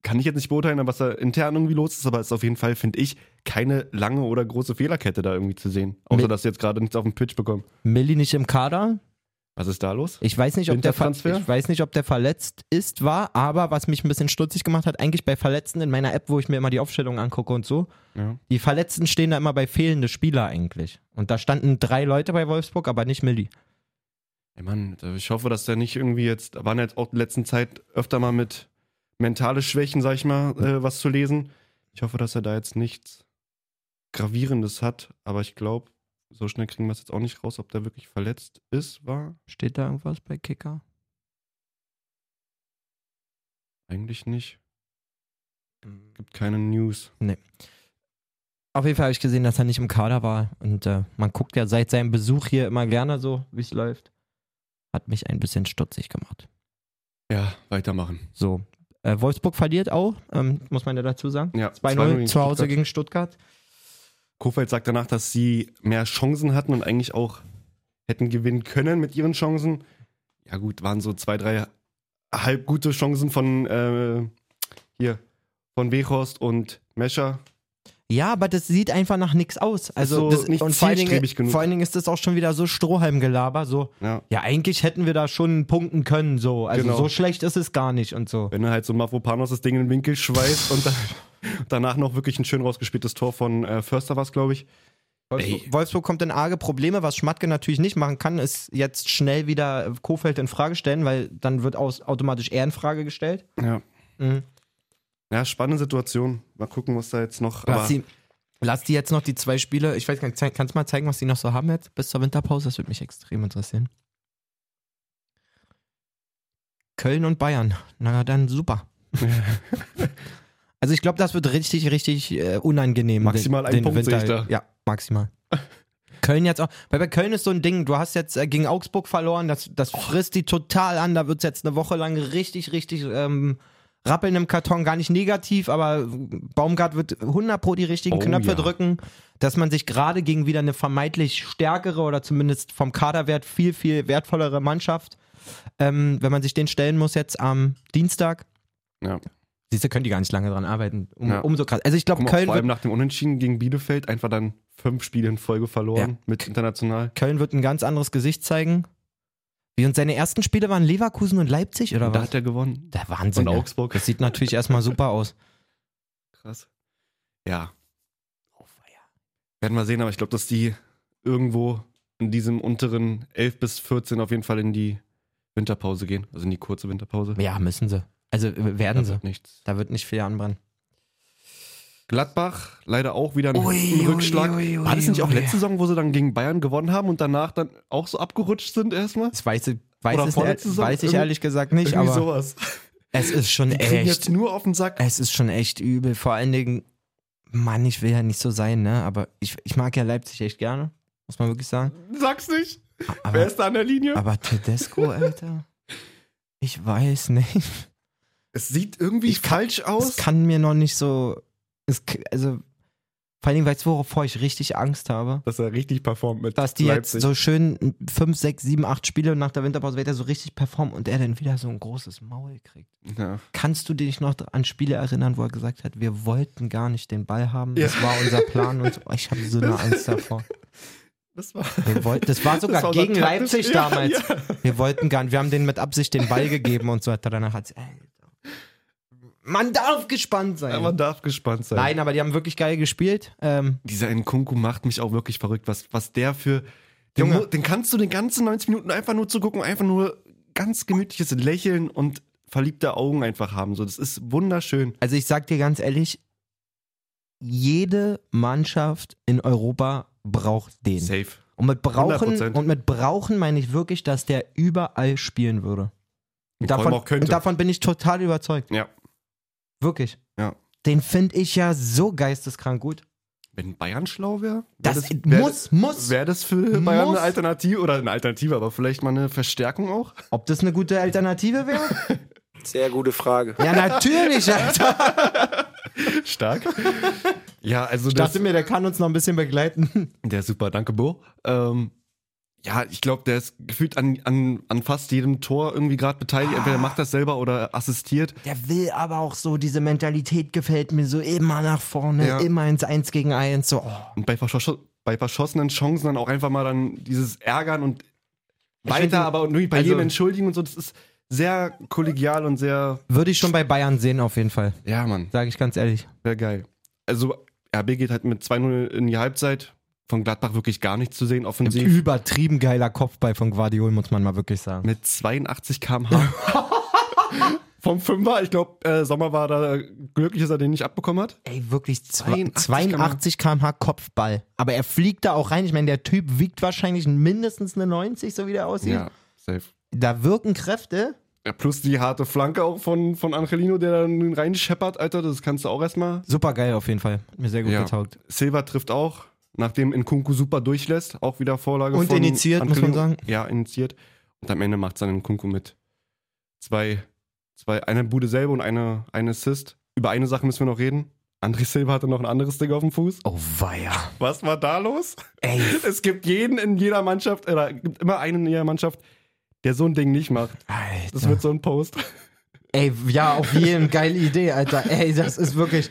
Speaker 2: kann ich jetzt nicht beurteilen, was da intern irgendwie los ist, aber es ist auf jeden Fall, finde ich, keine lange oder große Fehlerkette da irgendwie zu sehen. Außer,
Speaker 1: Mit-
Speaker 2: dass sie jetzt gerade nichts auf den Pitch bekommen.
Speaker 1: Milli nicht im Kader.
Speaker 2: Was ist da los?
Speaker 1: Ich weiß, nicht, ob der ver-
Speaker 2: Wintertransfer?
Speaker 1: ich weiß nicht, ob der verletzt ist, war, aber was mich ein bisschen stutzig gemacht hat, eigentlich bei Verletzten in meiner App, wo ich mir immer die Aufstellung angucke und so,
Speaker 2: Ja.
Speaker 1: die Verletzten stehen da immer bei fehlende Spieler eigentlich. Und da standen drei Leute bei Wolfsburg, aber nicht Milli.
Speaker 2: Ey Mann, ich hoffe, dass der nicht irgendwie jetzt, da waren jetzt auch in letzter Zeit öfter mal mit mentale Schwächen, sag ich mal, äh, was zu lesen. Ich hoffe, dass er da jetzt nichts Gravierendes hat, aber ich glaube, so schnell kriegen wir es jetzt auch nicht raus, ob der wirklich verletzt ist, war.
Speaker 1: Steht da irgendwas bei Kicker?
Speaker 2: Eigentlich nicht. Gibt keine News.
Speaker 1: Auf jeden Fall habe ich gesehen, dass er nicht im Kader war. Und äh, man guckt ja seit seinem Besuch hier immer gerne so, wie es läuft. Hat mich ein bisschen stutzig gemacht.
Speaker 2: Ja, weitermachen.
Speaker 1: So. Äh, Wolfsburg verliert auch, ähm, muss man ja dazu sagen.
Speaker 2: Ja, 2-0
Speaker 1: 2-0
Speaker 2: gegen
Speaker 1: zu Hause
Speaker 2: Stuttgart.
Speaker 1: gegen Stuttgart.
Speaker 2: Kofeld sagt danach, dass sie mehr Chancen hatten und eigentlich auch hätten gewinnen können mit ihren Chancen. Ja gut, waren so zwei, drei halb gute Chancen von äh, hier von Wehorst und Mescher.
Speaker 1: Ja, aber das sieht einfach nach nichts aus. Also
Speaker 2: so
Speaker 1: das,
Speaker 2: nicht
Speaker 1: und vor allen, Dingen,
Speaker 2: zielstrebig genug.
Speaker 1: vor allen Dingen ist das auch schon wieder so Strohhalmgelaber. So,
Speaker 2: Ja,
Speaker 1: ja, eigentlich hätten wir da schon punkten können. So, also
Speaker 2: Genau.
Speaker 1: so schlecht ist es gar nicht und so.
Speaker 2: wenn er halt so Mavropanos das Ding in den Winkel schweißt und dann, danach noch wirklich ein schön rausgespieltes Tor von äh, Förster war es, glaube ich.
Speaker 1: Wolfsburg,
Speaker 2: Ey.
Speaker 1: Wolfsburg kommt in arge Probleme, was Schmatke natürlich nicht machen kann, ist jetzt schnell wieder Kofeld in Frage stellen, weil dann wird aus, automatisch er in Frage gestellt.
Speaker 2: Ja.
Speaker 1: Mhm.
Speaker 2: Ja, spannende Situation. Mal gucken, was da jetzt noch.
Speaker 1: Lass, die, lass die jetzt noch die zwei Spiele, ich weiß gar nicht, zeig- kannst du mal zeigen, was die noch so haben jetzt bis zur Winterpause? Das würde mich extrem interessieren. Köln und Bayern. Na dann super. also ich glaube, das wird richtig, richtig äh, unangenehm.
Speaker 2: Maximal einen Punkt
Speaker 1: Winter,
Speaker 2: sehe ich da.
Speaker 1: Ja, maximal. Köln jetzt auch. Weil bei Köln ist so ein Ding, du hast jetzt äh, gegen Augsburg verloren, das, das frisst die total an. Da wird es jetzt eine Woche lang richtig, richtig ähm, rappeln im Karton. Gar nicht negativ, aber Baumgart wird 100 Pro die richtigen
Speaker 2: Oh
Speaker 1: Knöpfe
Speaker 2: ja.
Speaker 1: drücken, dass man sich gerade gegen wieder eine vermeintlich stärkere oder zumindest vom Kaderwert viel, viel wertvollere Mannschaft, ähm, wenn man sich den stellen muss jetzt am Dienstag.
Speaker 2: Ja.
Speaker 1: Siehst du, können die gar nicht lange dran arbeiten. Um,
Speaker 2: Ja.
Speaker 1: Umso krass. Also ich glaube,
Speaker 2: Guck mal,
Speaker 1: Köln
Speaker 2: vor
Speaker 1: wird
Speaker 2: allem nach dem Unentschieden gegen Bielefeld einfach dann fünf Spiele in Folge verloren
Speaker 1: Ja.
Speaker 2: mit international.
Speaker 1: Köln wird ein ganz anderes Gesicht zeigen. Wie und seine ersten Spiele waren Leverkusen und Leipzig oder
Speaker 2: Und da
Speaker 1: was?
Speaker 2: hat er gewonnen.
Speaker 1: Der Wahnsinn.
Speaker 2: und
Speaker 1: ja.
Speaker 2: Augsburg.
Speaker 1: Das sieht natürlich erstmal super aus.
Speaker 2: Krass. Ja.
Speaker 1: Oh,
Speaker 2: Werden wir sehen, aber ich glaube, dass die irgendwo in diesem unteren 11 bis 14 auf jeden Fall in die Winterpause gehen. Also in die kurze Winterpause.
Speaker 1: Ja, müssen sie. Also äh, werden
Speaker 2: Da
Speaker 1: sie.
Speaker 2: wird nichts.
Speaker 1: Da wird nicht viel anbrennen.
Speaker 2: Gladbach leider auch wieder ein,
Speaker 1: Ui,
Speaker 2: ein Rückschlag.
Speaker 1: ui, ui,
Speaker 2: War das nicht auch
Speaker 1: ui.
Speaker 2: letzte Saison, wo sie dann gegen Bayern gewonnen haben und danach dann auch so abgerutscht sind erstmal?
Speaker 1: Das weiß ich, weiß
Speaker 2: Oder
Speaker 1: es,
Speaker 2: vorletzte
Speaker 1: äh,
Speaker 2: Saison?
Speaker 1: weiß ich
Speaker 2: Irgendwie-
Speaker 1: ehrlich gesagt nicht,
Speaker 2: Irgendwie
Speaker 1: aber
Speaker 2: sowas.
Speaker 1: es ist schon
Speaker 2: Die kriegen
Speaker 1: echt.
Speaker 2: jetzt nur auf den Sack.
Speaker 1: Es ist schon echt übel. Vor allen Dingen, Mann, ich will ja nicht so sein, ne? Aber ich, ich mag ja Leipzig echt gerne, muss man wirklich sagen.
Speaker 2: Sag's nicht. Wer
Speaker 1: Aber,
Speaker 2: ist da an der Linie?
Speaker 1: aber Tedesco, Alter, ich weiß nicht.
Speaker 2: Es sieht irgendwie falsch
Speaker 1: Es
Speaker 2: aus.
Speaker 1: kann mir noch nicht so. Es, k- also, Vor allen Dingen, weißt du, wovor ich richtig Angst habe?
Speaker 2: Dass er richtig performt mit
Speaker 1: Dass die
Speaker 2: Leipzig.
Speaker 1: jetzt so schön 5, 6, 7, 8 Spiele und nach der Winterpause wird er so richtig performen und er dann wieder so ein großes Maul kriegt.
Speaker 2: ja.
Speaker 1: Kannst du dich noch an Spiele erinnern, wo er gesagt hat, wir wollten gar nicht den Ball haben,
Speaker 2: Ja.
Speaker 1: das war unser Plan und so. ich habe so eine Angst davor.
Speaker 2: Das war,
Speaker 1: Wir wollten, das war sogar
Speaker 2: Das war
Speaker 1: gegen
Speaker 2: unser taktisch-
Speaker 1: Leipzig
Speaker 2: Ja,
Speaker 1: damals.
Speaker 2: ja.
Speaker 1: Wir wollten gar nicht, wir haben denen mit Absicht den Ball gegeben und so weiter. Danach hat's. Alter. Man darf gespannt sein.
Speaker 2: man darf gespannt sein.
Speaker 1: Nein, aber die haben wirklich geil gespielt. Ähm,
Speaker 2: Dieser Nkunku macht mich auch wirklich verrückt, was, was der für. Den,
Speaker 1: Junge.
Speaker 2: mu- den kannst du den ganzen 90 Minuten einfach nur zugucken, einfach nur ganz gemütliches Lächeln und verliebte Augen einfach haben. So, das ist wunderschön.
Speaker 1: also ich sag dir ganz ehrlich, jede Mannschaft in Europa braucht den.
Speaker 2: Safe.
Speaker 1: Und mit brauchen
Speaker 2: 100%.
Speaker 1: und mit brauchen meine ich wirklich, dass der überall spielen würde. Und
Speaker 2: Vor allem
Speaker 1: davon,
Speaker 2: auch könnte.
Speaker 1: und davon bin ich total überzeugt.
Speaker 2: Ja.
Speaker 1: Wirklich.
Speaker 2: Ja.
Speaker 1: Den finde ich ja so geisteskrank gut.
Speaker 2: Wenn Bayern schlau wäre,
Speaker 1: Das, muss, muss.
Speaker 2: Wäre das für Bayern
Speaker 1: Muss.
Speaker 2: eine Alternative oder eine Alternative, aber vielleicht mal eine Verstärkung auch?
Speaker 1: Ob das eine gute Alternative wäre?
Speaker 5: Sehr gute Frage.
Speaker 1: ja, natürlich, Alter.
Speaker 2: Stark. ja, also
Speaker 1: Ich dachte mir, der kann uns noch ein bisschen begleiten.
Speaker 2: Der ist super, danke Bo. Ähm, ja, ich glaube, der ist gefühlt an, an, an fast jedem Tor irgendwie gerade beteiligt. Entweder macht das selber oder assistiert.
Speaker 1: Der will aber auch so, diese Mentalität gefällt mir so immer nach vorne,
Speaker 2: Ja.
Speaker 1: immer ins Eins gegen Eins. So, oh.
Speaker 2: Und bei, verschoss- bei verschossenen Chancen dann auch einfach mal dann dieses Ärgern und
Speaker 1: find ihn-
Speaker 2: weiter, aber irgendwie bei
Speaker 1: also-
Speaker 2: jedem entschuldigen und so. Das ist sehr kollegial und sehr.
Speaker 1: Würde ich schon bei Bayern sehen, auf jeden Fall.
Speaker 2: Ja, Mann.
Speaker 1: Sage ich ganz ehrlich.
Speaker 2: Sehr geil. Also, RB geht halt mit 2-0 in die Halbzeit. Von Gladbach wirklich gar nichts zu sehen, offensiv.
Speaker 1: Übertrieben geiler Kopfball von Guardiol, muss man mal wirklich sagen.
Speaker 2: Mit 82 km/h. Vom Fünfer, ich glaube, äh, Sommer war da glücklich, dass er den nicht abbekommen hat.
Speaker 1: Ey, wirklich zwei-
Speaker 2: 82
Speaker 1: 82 km/h Kopfball. Aber er fliegt da auch rein. Ich meine, der Typ wiegt wahrscheinlich mindestens eine 90, so wie der aussieht.
Speaker 2: safe.
Speaker 1: Da wirken Kräfte.
Speaker 2: Ja, plus die harte Flanke auch von, von Angelino, der dann reinscheppert, Alter, das kannst du auch erstmal.
Speaker 1: Super geil auf jeden Fall. Hat mir sehr gut getaugt.
Speaker 2: Silva trifft auch, nachdem Nkunku super durchlässt, auch wieder Vorlage
Speaker 1: Und
Speaker 2: von
Speaker 1: initiiert, muss man sagen.
Speaker 2: Ja, initiiert. Und am Ende macht es dann Nkunku mit zwei, zwei, eine Bude selber und eine, eine Assist. Über eine Sache müssen wir noch reden. André Silva hatte noch ein anderes Ding auf dem Fuß.
Speaker 1: Oh weia.
Speaker 2: Was war da los?
Speaker 1: Ey,
Speaker 2: Es gibt jeden in jeder Mannschaft, oder gibt immer einen in jeder Mannschaft, der so ein Ding nicht macht.
Speaker 1: Alter.
Speaker 2: Das wird so ein Post.
Speaker 1: Ey, ja, auf jeden geile Idee, Alter. Ey, das ist wirklich.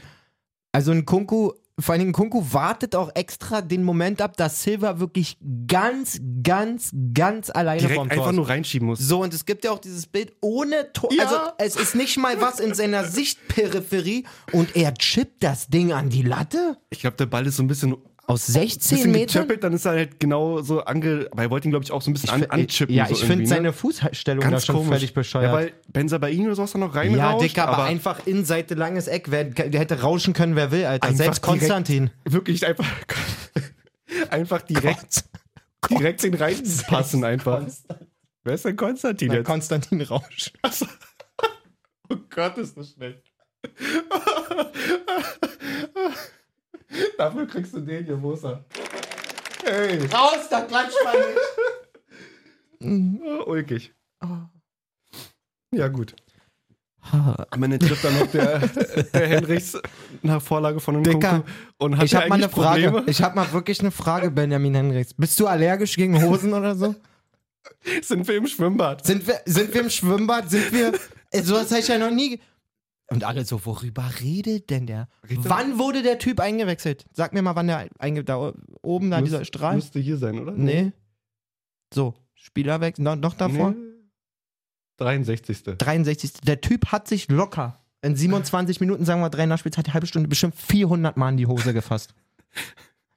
Speaker 1: Also ein Kunku, vor allen Dingen Kunku wartet auch extra den Moment ab, dass Silva wirklich ganz, ganz, ganz alleine
Speaker 2: Direkt
Speaker 1: vorm Tor
Speaker 2: einfach
Speaker 1: ist.
Speaker 2: nur reinschieben muss.
Speaker 1: So, und es gibt ja auch dieses Bild ohne Tor.
Speaker 2: Ja.
Speaker 1: Also, es ist nicht mal was in seiner Sichtperipherie und er chippt das Ding an die Latte
Speaker 2: Ich glaube, der Ball ist so ein bisschen,
Speaker 1: aus 16
Speaker 2: bisschen
Speaker 1: Metern.
Speaker 2: getöppelt, dann ist er halt genau so ange. Weil er wollte ihn, glaube ich, auch so ein bisschen
Speaker 1: Ich
Speaker 2: an,
Speaker 1: find-
Speaker 2: anchippen.
Speaker 1: ja,
Speaker 2: so
Speaker 1: ich finde
Speaker 2: irgendwie,
Speaker 1: seine
Speaker 2: ne?
Speaker 1: Fußstellung da
Speaker 2: ganz
Speaker 1: schon
Speaker 2: komisch.
Speaker 1: völlig bescheuert.
Speaker 2: Ja, weil Benzabaino saß da noch rein.
Speaker 1: Ja,
Speaker 2: gerauscht,
Speaker 1: Dicker, aber, einfach Innenseite langes Eck. Wer, der hätte rauschen können, wer will, Alter.
Speaker 2: Einfach
Speaker 1: Selbst
Speaker 2: direkt-
Speaker 1: Konstantin.
Speaker 2: Wirklich einfach. einfach direkt, direkt den reinpassen einfach. Wer ist denn Konstantin
Speaker 1: Na,
Speaker 2: jetzt?
Speaker 1: Konstantin Rausch.
Speaker 2: oh Gott, ist das schlecht. Dafür kriegst du den hier, wo ist er? Hey.
Speaker 1: Raus, da klatscht man nicht.
Speaker 2: Oh, ulkig. Ja, gut. Oh. Am Ende trifft dann noch der, der Henrichs nach Vorlage von einem
Speaker 1: Dicker,
Speaker 2: und hat
Speaker 1: Ich habe mal eine
Speaker 2: eigentlich
Speaker 1: Frage.
Speaker 2: Probleme.
Speaker 1: Ich habe mal wirklich eine Frage, Benjamin Henrichs. Bist du allergisch gegen Hosen oder so?
Speaker 2: Sind wir im Schwimmbad?
Speaker 1: Sind wir, sind wir im Schwimmbad? Sind wir. Äh, Sowas habe ich ja noch nie. ge- Und alle so, worüber redet denn der? Wann wurde der Typ eingewechselt? Sag mir mal, wann der einge da oben da
Speaker 2: Müs-
Speaker 1: dieser Strahl.
Speaker 2: Müsste hier sein, oder?
Speaker 1: nee. So, Spielerwechsel, no, noch davor?
Speaker 2: Nee. 63.
Speaker 1: 63. Der Typ hat sich locker in 27 Minuten, sagen wir drei nach Spielzeit, eine halbe Stunde, bestimmt 400 Mal in die Hose gefasst.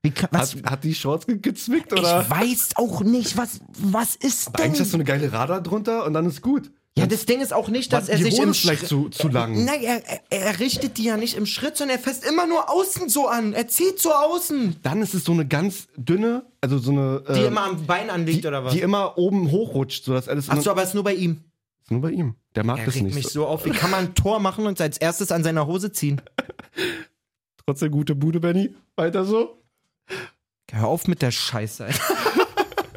Speaker 1: Wie kann, was?
Speaker 2: Hat, hat die Shorts ge gezwickt,
Speaker 1: ich
Speaker 2: oder?
Speaker 1: weiß auch nicht, was, was ist
Speaker 2: Aber
Speaker 1: denn?
Speaker 2: Eigentlich hast du eine geile Radar drunter und dann ist gut.
Speaker 1: ja, das Ding ist auch nicht, dass
Speaker 2: War
Speaker 1: er
Speaker 2: die
Speaker 1: sich
Speaker 2: Hose
Speaker 1: im
Speaker 2: vielleicht
Speaker 1: Schritt-
Speaker 2: zu, zu lang.
Speaker 1: Nein, er, er- er richtet die ja nicht im Schritt, sondern er fasst immer nur außen so an. Er zieht so außen.
Speaker 2: Dann ist es so eine ganz dünne, also so eine.
Speaker 1: Die
Speaker 2: ähm,
Speaker 1: immer am Bein
Speaker 2: die,
Speaker 1: anliegt oder was?
Speaker 2: die immer oben hochrutscht, sodass alles.
Speaker 1: Achso, aber ist nur bei ihm.
Speaker 2: Ist nur bei ihm. Der mag
Speaker 1: Er
Speaker 2: das
Speaker 1: regt
Speaker 2: nicht.
Speaker 1: mich so auf. Wie kann man ein Tor machen und als erstes an seiner Hose ziehen?
Speaker 2: Trotzdem gute Bude, Benny. Weiter so.
Speaker 1: Hör auf mit der Scheiße. Alter.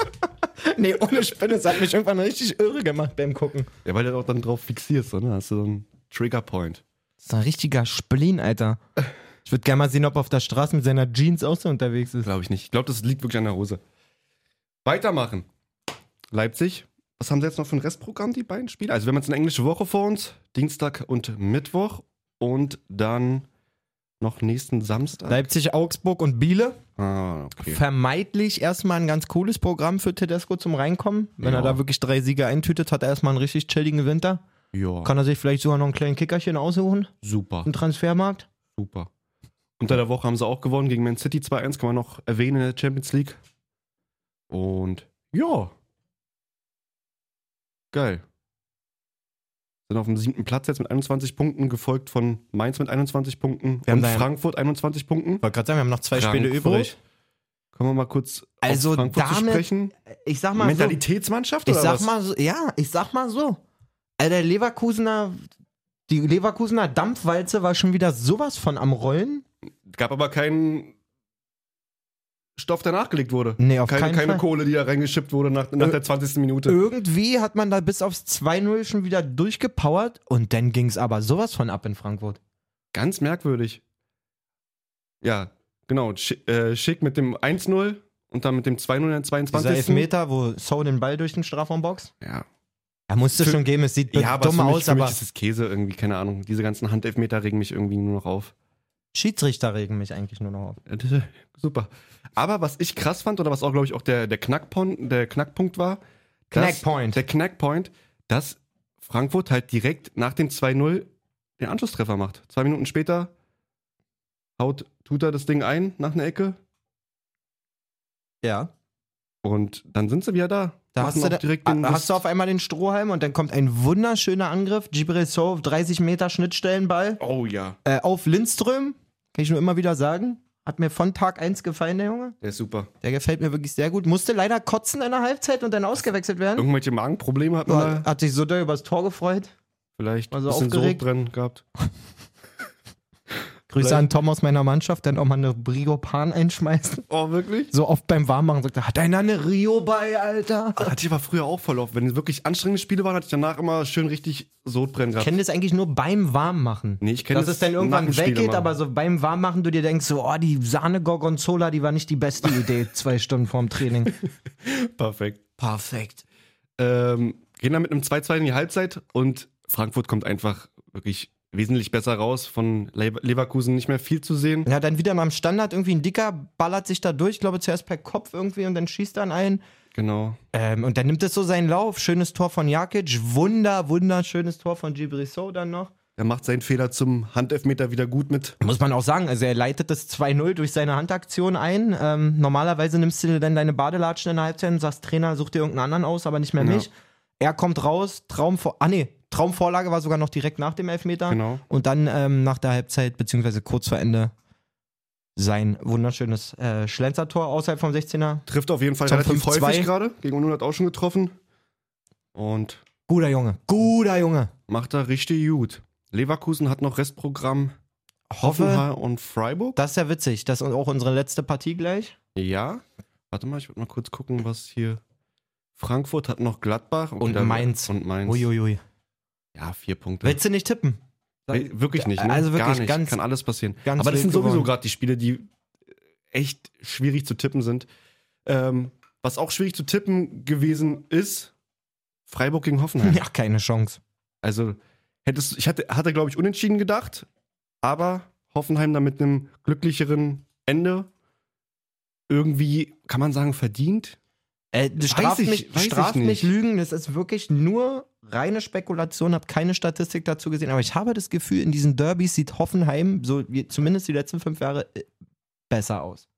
Speaker 1: nee, ohne Spinne, das hat mich irgendwann richtig irre gemacht beim Gucken.
Speaker 2: Ja, weil du auch ne? dann drauf fixierst, oder? Hast du so einen Triggerpoint.
Speaker 1: Das ist ein richtiger Spleen, Alter. Ich würde gerne mal sehen, ob er auf der Straße mit seiner Jeans auch so unterwegs ist.
Speaker 2: Glaube ich nicht. Ich glaube, das liegt wirklich an der Hose. Weitermachen. Leipzig. Was haben sie jetzt noch für ein Restprogramm, die beiden Spiele? Also, wir haben jetzt eine englische Woche vor uns. Dienstag und Mittwoch. Und dann noch nächsten Samstag.
Speaker 1: Leipzig, Augsburg und Biele.
Speaker 2: ah, okay.
Speaker 1: Vermeidlich erstmal ein ganz cooles Programm für Tedesco zum Reinkommen. Wenn
Speaker 2: Ja.
Speaker 1: er da wirklich drei Siege eintütet, hat er erstmal einen richtig chilligen Winter.
Speaker 2: Ja,
Speaker 1: Kann er sich vielleicht sogar noch einen kleinen Kickerchen aussuchen
Speaker 2: super.
Speaker 1: im Transfermarkt.
Speaker 2: Super. Unter der Woche haben sie auch gewonnen gegen Man City 2-1, kann man noch erwähnen in der Champions League. Und ja. Geil. Sind auf dem siebten Platz jetzt mit 21 Punkten, gefolgt von Mainz mit 21 Punkten
Speaker 1: Wir haben
Speaker 2: und
Speaker 1: da ja-
Speaker 2: Frankfurt 21 Punkten.
Speaker 1: Ich wollte gerade sagen, wir haben noch zwei Spiele
Speaker 2: Frankfurt.
Speaker 1: übrig.
Speaker 2: Können wir mal kurz
Speaker 1: Also
Speaker 2: auf Frankfurt zu
Speaker 1: damit-
Speaker 2: sprechen?
Speaker 1: Ich sag mal so,
Speaker 2: Mentalitätsmannschaft
Speaker 1: ich
Speaker 2: oder
Speaker 1: sag
Speaker 2: was?
Speaker 1: mal so, ja, ich sag mal so. Alter, Leverkusener, die Leverkusener Dampfwalze war schon wieder sowas von am Rollen.
Speaker 2: Gab aber keinen Stoff, der nachgelegt wurde.
Speaker 1: Nee, auf
Speaker 2: keine
Speaker 1: keinen
Speaker 2: keine
Speaker 1: Fall.
Speaker 2: Kohle, die da reingeschippt wurde nach, nach
Speaker 1: Ö-
Speaker 2: der 20. Minute.
Speaker 1: Irgendwie hat man da bis aufs 2-0 schon wieder durchgepowert und dann ging es aber sowas von ab in Frankfurt.
Speaker 2: Ganz merkwürdig. Ja, genau. Schick, äh, Schick mit dem 1-0 und dann mit dem 2-0 in der
Speaker 1: Dieser
Speaker 2: 22.
Speaker 1: Elfmeter, wo Sow den Ball durch den Strafraum boxt.
Speaker 2: Ja,
Speaker 1: Er musste
Speaker 2: Für-
Speaker 1: schon geben, es sieht
Speaker 2: ja aber
Speaker 1: dumm
Speaker 2: für mich,
Speaker 1: aus,
Speaker 2: für
Speaker 1: aber
Speaker 2: mich ist es Käse irgendwie, keine Ahnung. Diese ganzen Handelfmeter regen mich irgendwie nur noch auf.
Speaker 1: Schiedsrichter regen mich eigentlich nur noch auf.
Speaker 2: Äh, das- Super. Aber was ich krass fand oder was auch, glaube ich, auch der, der, Knackpunkt, der Knackpunkt war, dass-
Speaker 1: Knackpoint.
Speaker 2: der Knackpoint, dass Frankfurt halt direkt nach dem 2-0 den Anschlusstreffer macht. Zwei Minuten später haut, tut er das Ding ein nach einer Ecke,
Speaker 1: Ja.
Speaker 2: Und dann sind sie wieder da.
Speaker 1: Da
Speaker 2: Machen
Speaker 1: hast du,
Speaker 2: auch
Speaker 1: da,
Speaker 2: direkt den
Speaker 1: ah, hast du auf einmal den Strohhalm und dann kommt ein wunderschöner Angriff. Gibril Sow, 30 Meter Schnittstellenball
Speaker 2: Oh ja,
Speaker 1: äh, auf Lindström. Kann ich nur immer wieder sagen. Hat mir von Tag 1 gefallen, der Junge.
Speaker 2: der ist super.
Speaker 1: Der gefällt mir wirklich sehr gut. Musste leider kotzen in der Halbzeit und dann ausgewechselt werden.
Speaker 2: Irgendwelche Magenprobleme hat man
Speaker 1: Ja,
Speaker 2: da.
Speaker 1: hat sich so doll übers Tor gefreut.
Speaker 2: Vielleicht
Speaker 1: Also
Speaker 2: ein bisschen
Speaker 1: aufgeregt.
Speaker 2: Sodbrennen gehabt.
Speaker 1: Grüße
Speaker 2: Vielleicht-
Speaker 1: an Tom aus meiner Mannschaft, der auch mal eine Briopan einschmeißt.
Speaker 2: Oh, wirklich?
Speaker 1: So oft beim Warmmachen sagt er, hat einer eine Rio bei, Alter?
Speaker 2: Ah, Hatte ich aber früher auch verlaufen. Wenn es wirklich anstrengende Spiele waren, hatte ich danach immer schön richtig Sodbrennen
Speaker 1: Ich
Speaker 2: gehabt.
Speaker 1: kenne das eigentlich nur beim Warmmachen.
Speaker 2: Nee, ich kenn
Speaker 1: Dass
Speaker 2: das
Speaker 1: es dann
Speaker 2: nach
Speaker 1: irgendwann
Speaker 2: dem Spiel
Speaker 1: weggeht,
Speaker 2: immer.
Speaker 1: aber so beim Warmmachen du dir denkst, so, oh, die Sahne Gorgonzola, die war nicht die beste Idee, zwei Stunden vorm Training.
Speaker 2: Perfekt.
Speaker 1: Perfekt.
Speaker 2: Ähm, gehen dann mit einem 2-2 in die Halbzeit und Frankfurt kommt einfach wirklich wesentlich besser raus. Von Lever- Leverkusen nicht mehr viel zu sehen.
Speaker 1: Ja, dann wieder mal am Standard, irgendwie ein Dicker ballert sich da durch, ich glaube zuerst per Kopf irgendwie und dann schießt dann ein.
Speaker 2: Genau.
Speaker 1: Ähm, und dann nimmt es so seinen Lauf. Schönes Tor von Jakic, wunder, wunderschönes Tor von Gibrisso dann noch.
Speaker 2: Er macht seinen Fehler zum Handelfmeter wieder gut mit.
Speaker 1: Muss man auch sagen, also er leitet das 2-0 durch seine Handaktion ein. Ähm, normalerweise nimmst du dir dann deine Badelatschen in der Halbzeit und sagst, Trainer, such dir irgendeinen anderen aus, aber nicht mehr
Speaker 2: Ja.
Speaker 1: mich. Er kommt raus, Traumvor ah, nee, Traumvorlage war sogar noch direkt nach dem Elfmeter.
Speaker 2: Genau.
Speaker 1: Und dann ähm, nach der Halbzeit, beziehungsweise kurz vor Ende, sein wunderschönes äh, Schlenzertor außerhalb vom 16er.
Speaker 2: Trifft auf jeden Fall
Speaker 1: Zum
Speaker 2: relativ
Speaker 1: 5-2.
Speaker 2: häufig gerade. Gegen Union hat auch schon getroffen. Und
Speaker 1: Guter Junge, guter Junge.
Speaker 2: macht er richtig gut. Leverkusen hat noch Restprogramm
Speaker 1: Hoffe,
Speaker 2: Hoffenheim und Freiburg.
Speaker 1: das ist ja witzig. Das ist auch unsere letzte Partie gleich.
Speaker 2: Ja. Warte mal, ich würde mal kurz gucken, was hier. Frankfurt hat noch Gladbach
Speaker 1: Und
Speaker 2: da-
Speaker 1: Mainz.
Speaker 2: Und Mainz.
Speaker 1: Uiuiui.
Speaker 2: Ja, vier Punkte.
Speaker 1: Willst du nicht tippen?
Speaker 2: Nee, wirklich nicht, ne?
Speaker 1: Also wirklich
Speaker 2: Gar nicht.
Speaker 1: ganz-
Speaker 2: Kann alles passieren.
Speaker 1: ganz
Speaker 2: Aber das sind
Speaker 1: wild
Speaker 2: sowieso
Speaker 1: geworden.
Speaker 2: gerade die Spiele, die äh, echt schwierig zu tippen sind. Ähm, was auch schwierig zu tippen gewesen ist, Freiburg gegen Hoffenheim.
Speaker 1: Ja, keine Chance.
Speaker 2: Also, hättest, ich hatte, hatte glaube ich, unentschieden gedacht, aber Hoffenheim dann mit einem glücklicheren Ende irgendwie, kann man sagen, verdient.
Speaker 1: Äh, straft
Speaker 2: ich-
Speaker 1: mich,
Speaker 2: weiß ich
Speaker 1: straft mich
Speaker 2: nicht.
Speaker 1: Lügen, das ist wirklich nur reine Spekulation, habe keine Statistik dazu gesehen, aber ich habe das Gefühl, in diesen Derbys sieht Hoffenheim, so wie, zumindest die letzten fünf Jahre, äh, besser aus.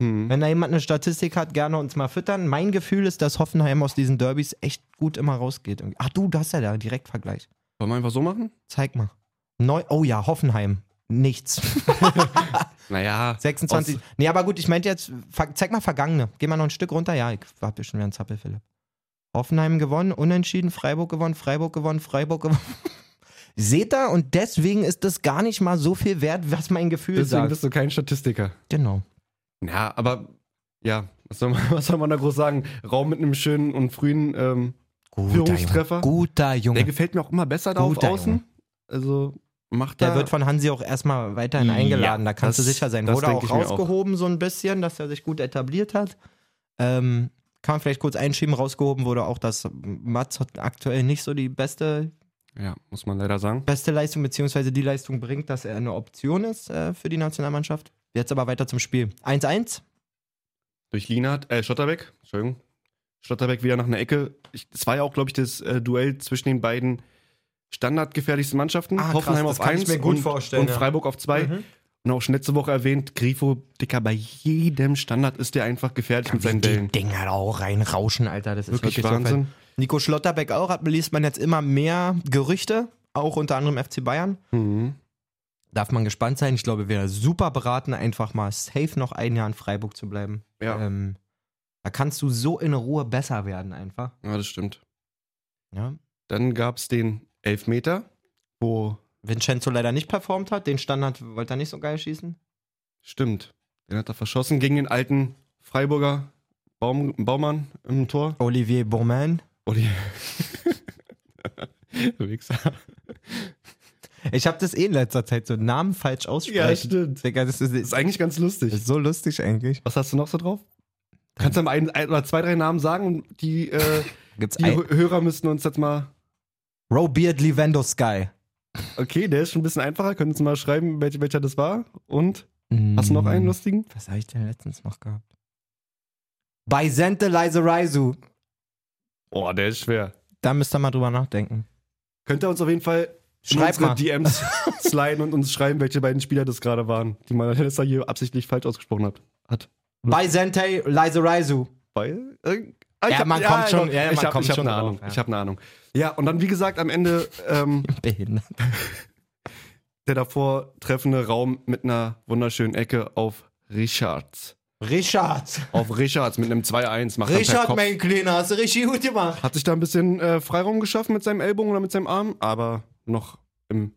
Speaker 2: Hm.
Speaker 1: Wenn da jemand eine Statistik hat, gerne uns mal füttern. Mein Gefühl ist, dass Hoffenheim aus diesen Derbys echt gut immer rausgeht. irgendwie. Ach du, du hast ja da Direktvergleich.
Speaker 2: Wollen wir einfach so machen?
Speaker 1: Zeig mal. Neu, oh ja, Hoffenheim. Nichts.
Speaker 2: Naja.
Speaker 1: 26.
Speaker 2: Aus-
Speaker 1: nee, aber gut, ich meinte jetzt, ver- zeig mal vergangene. Geh mal noch ein Stück runter. Ja, ich hab hier schon wieder einen Zappel, Philipp. Hoffenheim gewonnen, unentschieden, Freiburg gewonnen, Freiburg gewonnen, Freiburg gewonnen. Seht ihr? Und deswegen ist das gar nicht mal so viel wert, was mein Gefühl
Speaker 2: Deswegen
Speaker 1: sagt.
Speaker 2: bist du kein Statistiker.
Speaker 1: genau.
Speaker 2: Ja, aber ja, was soll, man, was soll man da groß sagen? Raum mit einem schönen und frühen, ähm,
Speaker 1: Guter
Speaker 2: Führungstreffer.
Speaker 1: Junge. Guter
Speaker 2: der
Speaker 1: Junge.
Speaker 2: gefällt mir auch immer besser da auf
Speaker 1: Guter
Speaker 2: außen.
Speaker 1: Junge.
Speaker 2: Also macht
Speaker 1: Der
Speaker 2: da.
Speaker 1: wird von Hansi auch erstmal weiterhin
Speaker 2: Ja,
Speaker 1: eingeladen, da kannst
Speaker 2: das-
Speaker 1: du sicher sein.
Speaker 2: das
Speaker 1: Wurde
Speaker 2: denke
Speaker 1: auch
Speaker 2: ich mir auch.
Speaker 1: rausgehoben so ein bisschen, dass er sich gut etabliert hat. Ähm, kann man vielleicht kurz einschieben, rausgehoben wurde auch, dass Mats hat aktuell nicht so die beste,
Speaker 2: ja, muss man leider sagen.
Speaker 1: beste Leistung, beziehungsweise die Leistung bringt, dass er eine Option ist äh, für die Nationalmannschaft. Jetzt aber weiter zum Spiel. 1-1.
Speaker 2: Durch Lienhardt, äh, Schotterbeck, Entschuldigung. Schotterbeck wieder nach einer Ecke. Ich, das war ja auch, glaube ich, das äh, Duell zwischen den beiden standardgefährlichsten Mannschaften.
Speaker 1: Ah, krass,
Speaker 2: Hoffenheim
Speaker 1: das
Speaker 2: auf
Speaker 1: kann ich
Speaker 2: 1
Speaker 1: mir gut
Speaker 2: und,
Speaker 1: vorstellen,
Speaker 2: und
Speaker 1: ja. Mhm.
Speaker 2: Freiburg auf 2. Und auch schon letzte Woche erwähnt, Grifo, Dicker, bei jedem Standard ist der einfach gefährlich mit seinen
Speaker 1: die
Speaker 2: Bällen.
Speaker 1: Dinger da auch reinrauschen, Alter. Das ist
Speaker 2: Wirklich
Speaker 1: wirklich,
Speaker 2: Wahnsinn.
Speaker 1: So fett. Nico Schlotterbeck auch, hat, liest man jetzt immer mehr Gerüchte, auch unter anderem FC Bayern.
Speaker 2: Mhm.
Speaker 1: Darf man gespannt sein. Ich glaube, wir super beraten, einfach mal safe noch ein Jahr in Freiburg zu bleiben.
Speaker 2: Ja.
Speaker 1: Ähm, da kannst du so in Ruhe besser werden einfach.
Speaker 2: ja, das stimmt.
Speaker 1: Ja.
Speaker 2: Dann gab es den Elfmeter, wo,
Speaker 1: Vincenzo leider nicht performt hat, den Standard wollte er nicht so geil schießen.
Speaker 2: stimmt, den hat er verschossen gegen den alten Freiburger Baum, Baumann im Tor.
Speaker 1: Olivier Bourman.
Speaker 2: Olli. Du Wichser.
Speaker 1: Ich habe das eh in letzter Zeit so Namen falsch aussprechen.
Speaker 2: Ja, stimmt.
Speaker 1: Digga, das ist,
Speaker 2: Das ist eigentlich ganz
Speaker 1: das
Speaker 2: lustig.
Speaker 1: ist so lustig eigentlich.
Speaker 2: Was hast du noch so drauf? Kannst du mal ein, ein oder zwei, drei Namen sagen und die, äh,
Speaker 1: Gibt's
Speaker 2: die
Speaker 1: ein,
Speaker 2: Hö- Hörer müssen uns jetzt mal.
Speaker 1: Robeard Livendo Sky.
Speaker 2: Okay, der ist schon ein bisschen einfacher. Können uns mal schreiben, welcher, welcher das war. Und hast du noch einen lustigen?
Speaker 1: Mm. Was habe ich denn letztens noch gehabt? Bei Sente Leise Raisu.
Speaker 2: Oh, der ist schwer.
Speaker 1: Da müsst ihr mal drüber nachdenken.
Speaker 2: Könnt ihr uns auf jeden Fall in
Speaker 1: Schreibt
Speaker 2: unsere
Speaker 1: mal.
Speaker 2: DMs sliden und uns schreiben, welche beiden Spieler das gerade waren, die man Lester hier absichtlich falsch ausgesprochen hat. hat.
Speaker 1: Bei Sente Leise Raisu.
Speaker 2: Weil. Äh, ah,
Speaker 1: Ja, man kommt schon- ja, ja,
Speaker 2: ich
Speaker 1: man
Speaker 2: hab,
Speaker 1: kommt
Speaker 2: ich hab
Speaker 1: schon
Speaker 2: eine
Speaker 1: drauf,
Speaker 2: Ahnung.
Speaker 1: ja.
Speaker 2: Ich habe eine Ahnung. Ja, und dann, wie gesagt, am Ende ähm,
Speaker 1: Behindert.
Speaker 2: der davor treffende Raum mit einer wunderschönen Ecke auf Richards.
Speaker 1: Richard.
Speaker 2: Auf Richards mit einem 2-1. macht er per
Speaker 1: Richard,
Speaker 2: Kopf.
Speaker 1: mein Kleiner, hast du richtig gut gemacht.
Speaker 2: Hat sich da ein bisschen äh, Freiraum geschaffen mit seinem Ellbogen oder mit seinem Arm, aber noch im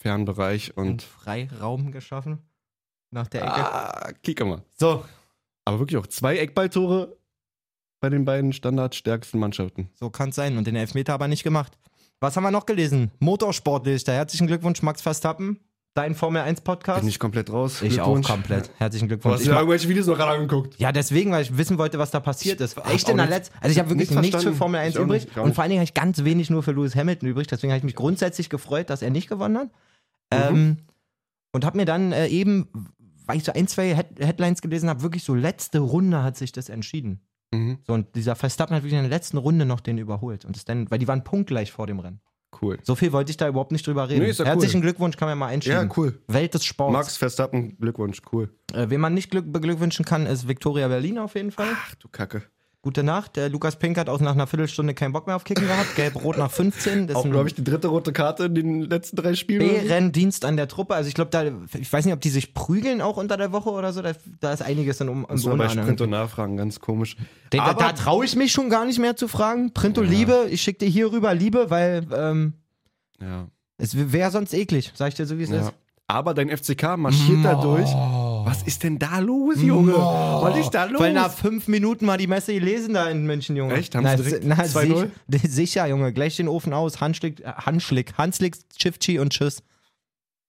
Speaker 2: Fernbereich
Speaker 1: Und
Speaker 2: und.
Speaker 1: Freiraum geschaffen. Nach der Ecke.
Speaker 2: Ah, kick mal.
Speaker 1: So,
Speaker 2: Aber wirklich auch zwei Eckballtore bei den beiden standardstärksten Mannschaften.
Speaker 1: so kann es sein. Und den Elfmeter aber nicht gemacht. Was haben wir noch gelesen? Motorsportlich. Da herzlichen Glückwunsch, Max Verstappen. Dein Formel 1 Podcast.
Speaker 2: Bin ich komplett raus.
Speaker 1: Ich auch
Speaker 2: Glückwunsch.
Speaker 1: komplett. Herzlichen
Speaker 2: Du
Speaker 1: Glückwunsch.
Speaker 2: hast
Speaker 1: Ich
Speaker 2: dir
Speaker 1: mach-
Speaker 2: irgendwelche Videos noch gerade angeguckt.
Speaker 1: Ja, deswegen, weil ich wissen wollte, was da passiert ist.
Speaker 2: hab
Speaker 1: Echt
Speaker 2: auch
Speaker 1: in der
Speaker 2: nicht-
Speaker 1: letzten. Also ich habe wirklich
Speaker 2: nicht
Speaker 1: nichts für
Speaker 2: verstanden.
Speaker 1: Formel 1
Speaker 2: Ich auch
Speaker 1: übrig.
Speaker 2: nicht, ich auch
Speaker 1: und
Speaker 2: nicht.
Speaker 1: vor allen Dingen habe ich ganz wenig nur für Lewis Hamilton übrig. Deswegen habe ich mich grundsätzlich gefreut, dass er nicht gewonnen
Speaker 2: Mhm.
Speaker 1: hat. Ähm, und habe mir dann äh, eben, weil ich so ein, zwei Head Headlines gelesen habe, wirklich so letzte Runde hat sich das entschieden.
Speaker 2: Mhm.
Speaker 1: So, und dieser Verstappen hat wirklich in der letzten Runde noch den überholt. Und das dann, weil die waren punktgleich vor dem Rennen.
Speaker 2: Cool.
Speaker 1: So viel wollte ich da überhaupt nicht drüber reden.
Speaker 2: Nee, ist ja cool.
Speaker 1: Herzlichen Glückwunsch, kann man mal einschieben.
Speaker 2: cool.
Speaker 1: Welt des Sports.
Speaker 2: Max Verstappen, Glückwunsch, cool.
Speaker 1: Äh, wen man nicht glück beglückwünschen kann, ist Victoria Berlin auf jeden Fall.
Speaker 2: Ach du Kacke.
Speaker 1: Gute Nacht. Der Lukas Pink hat auch nach einer Viertelstunde keinen Bock mehr auf Kicken gehabt. Gelb-Rot nach 15. Das
Speaker 2: Auch,
Speaker 1: ist
Speaker 2: glaube
Speaker 1: ein
Speaker 2: ich, die dritte rote Karte in den letzten drei Spielen.
Speaker 1: Bärendienst an der Truppe. Also ich glaube, da, ich weiß nicht, ob die sich prügeln auch unter der Woche oder so. Da, da ist einiges in um
Speaker 2: Muss
Speaker 1: im
Speaker 2: man bei
Speaker 1: Unordnung.
Speaker 2: Sprint und Nachfragen, ganz komisch.
Speaker 1: Den, da
Speaker 2: Aber-
Speaker 1: da traue ich mich schon gar nicht mehr zu fragen. Printo Liebe, ich schicke dir hier rüber Liebe, weil ähm,
Speaker 2: Ja.
Speaker 1: es wäre sonst eklig. Sag ich dir so, wie es
Speaker 2: Ja.
Speaker 1: ist.
Speaker 2: Aber dein FCK marschiert da durch. Was ist denn da los, Junge? Was ist da los?
Speaker 1: Weil nach fünf Minuten mal die Messe gelesen da in München, Junge.
Speaker 2: Echt? Haben sie direkt 2-0?
Speaker 1: sich, sicher, Junge. Gleich den Ofen aus. Handschlick, äh, Handschlick, Handschlick, Chifchi und Tschüss.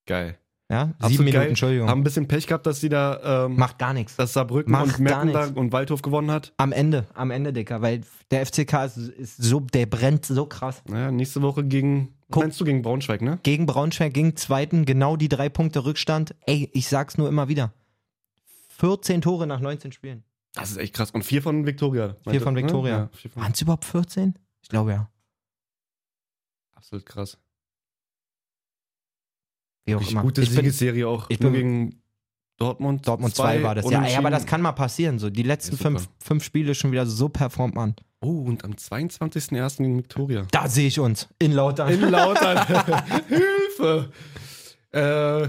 Speaker 2: geil.
Speaker 1: Ja, sieben
Speaker 2: Absolut
Speaker 1: Minuten,
Speaker 2: geil.
Speaker 1: Entschuldigung.
Speaker 2: Haben ein bisschen Pech gehabt, dass sie da ähm,
Speaker 1: Macht gar nichts.
Speaker 2: dass Saarbrücken
Speaker 1: Macht
Speaker 2: und
Speaker 1: gar
Speaker 2: Meppen da
Speaker 1: nichts.
Speaker 2: und Waldhof gewonnen hat.
Speaker 1: Am Ende, am Ende, Dicker, weil der FCK ist, ist so, der brennt so krass.
Speaker 2: Naja, nächste Woche gegen. Was
Speaker 1: Guck.
Speaker 2: meinst du gegen Braunschweig, ne?
Speaker 1: Gegen Braunschweig, gegen Zweiten, genau die drei Punkte Rückstand. Ey, ich sag's nur immer wieder. 14 Tore nach 19 Spielen.
Speaker 2: Das ist echt krass. Und vier von Viktoria. meinte-
Speaker 1: von
Speaker 2: ne?
Speaker 1: Viktoria.
Speaker 2: Ja, vier von,
Speaker 1: Waren's überhaupt 14? Ich glaube ja.
Speaker 2: absolut krass.
Speaker 1: Wie auch
Speaker 2: Wirklich
Speaker 1: immer.
Speaker 2: gute
Speaker 1: Ich bin-
Speaker 2: Siegesserie auch.
Speaker 1: ich
Speaker 2: Nur
Speaker 1: bin-
Speaker 2: gegen Dortmund.
Speaker 1: Dortmund 2 war das. Ja, ey, aber das kann mal passieren. So die letzten
Speaker 2: Ja, super.
Speaker 1: fünf, fünf Spiele schon wieder so performt man.
Speaker 2: Oh, und am 22.01. gegen Viktoria.
Speaker 1: Da sehe ich uns. In Lautern.
Speaker 2: In Lautern. Hilfe! Äh,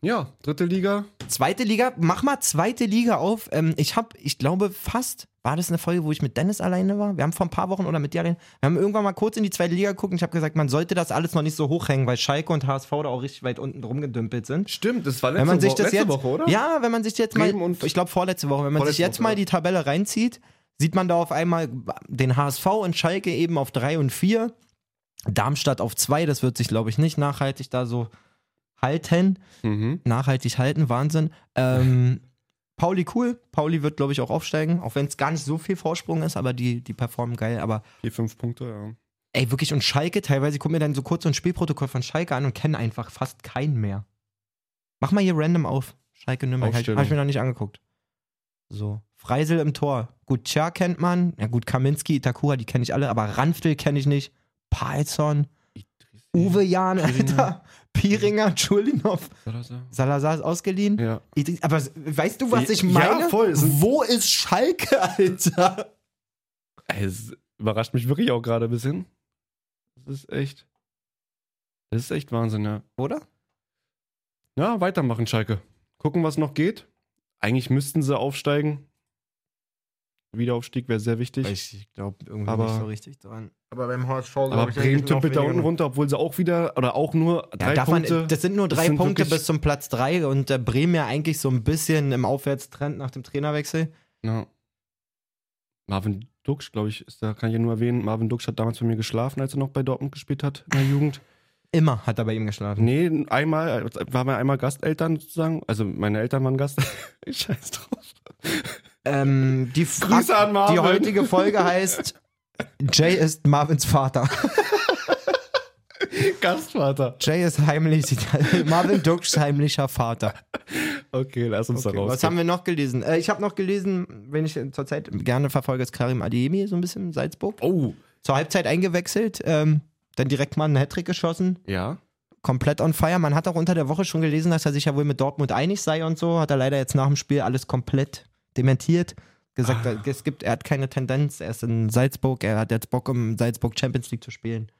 Speaker 2: ja, dritte Liga.
Speaker 1: zweite Liga, mach mal zweite Liga auf. Ähm, ich habe, ich glaube fast, war das eine Folge, wo ich mit Dennis alleine war? Wir haben vor ein paar Wochen oder mit dir alleine, wir haben irgendwann mal kurz in die zweite Liga geguckt und ich habe gesagt, man sollte das alles noch nicht so hochhängen, weil Schalke und HSV da auch richtig weit unten rumgedümpelt sind.
Speaker 2: Stimmt, das war letzte,
Speaker 1: Wenn man sich
Speaker 2: Woche,
Speaker 1: das
Speaker 2: letzte
Speaker 1: jetzt,
Speaker 2: Woche, oder?
Speaker 1: Ja, wenn man sich jetzt mal,
Speaker 2: Bremen und-
Speaker 1: ich glaube vorletzte Woche, wenn man sich
Speaker 2: Vorletzte
Speaker 1: jetzt
Speaker 2: Woche,
Speaker 1: mal
Speaker 2: ja.
Speaker 1: die Tabelle reinzieht, sieht man da auf einmal den HSV und Schalke eben auf 3 und 4, Darmstadt auf 2, das wird sich glaube ich nicht nachhaltig da so halten,
Speaker 2: Mhm.
Speaker 1: nachhaltig halten, Wahnsinn. Ähm, Pauli cool. Pauli wird, glaube ich, auch aufsteigen, auch wenn es gar nicht so viel Vorsprung ist, aber die, die performen geil. Aber
Speaker 2: Vier, fünf Punkte, ja.
Speaker 1: ey, wirklich, und Schalke, teilweise ich guck mir dann so kurz so ein Spielprotokoll von Schalke an und kenne einfach fast keinen mehr. Mach mal hier random auf. Schalke Nürnberg. Habe ich,
Speaker 2: Aufstellung.
Speaker 1: hab ich mir noch nicht angeguckt. So. Freisel im Tor. Gut, Tja kennt man. Ja gut, Kaminski, Itakura, die kenne ich alle, aber Ranftel kenne ich nicht. Palzon,
Speaker 2: Hm.
Speaker 1: Uwe Jahn, Alter. Piringer, Chulinov. Salazar ist ausgeliehen.
Speaker 2: Ja.
Speaker 1: Idris- Aber s- weißt du, was ich
Speaker 2: Ja,
Speaker 1: meine?
Speaker 2: voll. Es sind-
Speaker 1: Wo ist Schalke, Alter?
Speaker 2: Ey, Es überrascht mich wirklich auch gerade ein bisschen. Das ist echt. Das ist echt Wahnsinn, ja.
Speaker 1: Oder?
Speaker 2: Ja, weitermachen, Schalke. Gucken, was noch geht. Eigentlich müssten sie aufsteigen. Wiederaufstieg wäre sehr wichtig.
Speaker 1: Ich glaube irgendwie
Speaker 2: Aber-
Speaker 1: richtig dran. Aber beim HSV glaub
Speaker 2: Aber
Speaker 1: ich,
Speaker 2: Bremen
Speaker 1: eigentlich noch
Speaker 2: tippelt da
Speaker 1: weniger.
Speaker 2: unten runter, obwohl sie auch wieder oder auch nur
Speaker 1: Ja,
Speaker 2: drei
Speaker 1: darf man,
Speaker 2: Punkte.
Speaker 1: das sind nur
Speaker 2: das
Speaker 1: drei
Speaker 2: sind
Speaker 1: Punkte
Speaker 2: wirklich-
Speaker 1: bis zum Platz drei und äh, Bremen ja eigentlich so ein bisschen im Aufwärtstrend nach dem Trainerwechsel.
Speaker 2: Ja. Marvin Duksch, glaube ich, ist da, kann ich ja nur erwähnen. Marvin Duksch hat damals bei mir geschlafen, als er noch bei Dortmund gespielt hat in der Jugend.
Speaker 1: Immer hat er bei ihm geschlafen.
Speaker 2: Nee, einmal, äh, waren wir einmal Gasteltern sozusagen. Also meine Eltern waren Gast. Scheiß drauf.
Speaker 1: Ähm, die, Fra-
Speaker 2: Grüße an Marvin.
Speaker 1: die heutige Folge heißt Jay ist Marvins Vater.
Speaker 2: Gastvater.
Speaker 1: Jay ist heimlich, Marvin Dukes heimlicher Vater.
Speaker 2: Okay, lass uns da
Speaker 1: Okay,
Speaker 2: raus.
Speaker 1: was haben wir noch gelesen? Äh, ich habe noch gelesen, wenn ich äh, zurzeit gerne verfolge, ist Karim Adiemi so ein bisschen Salzburg.
Speaker 2: oh,
Speaker 1: Zur Halbzeit eingewechselt, ähm, dann direkt mal einen Hattrick geschossen,
Speaker 2: ja.
Speaker 1: komplett on fire. Man hat auch unter der Woche schon gelesen, dass er sich ja wohl mit Dortmund einig sei und so. Hat er leider jetzt nach dem Spiel alles komplett dementiert. Gesagt,
Speaker 2: Ah.
Speaker 1: es gibt, er hat keine Tendenz, er ist in Salzburg, er hat jetzt Bock, um Salzburg Champions League zu spielen.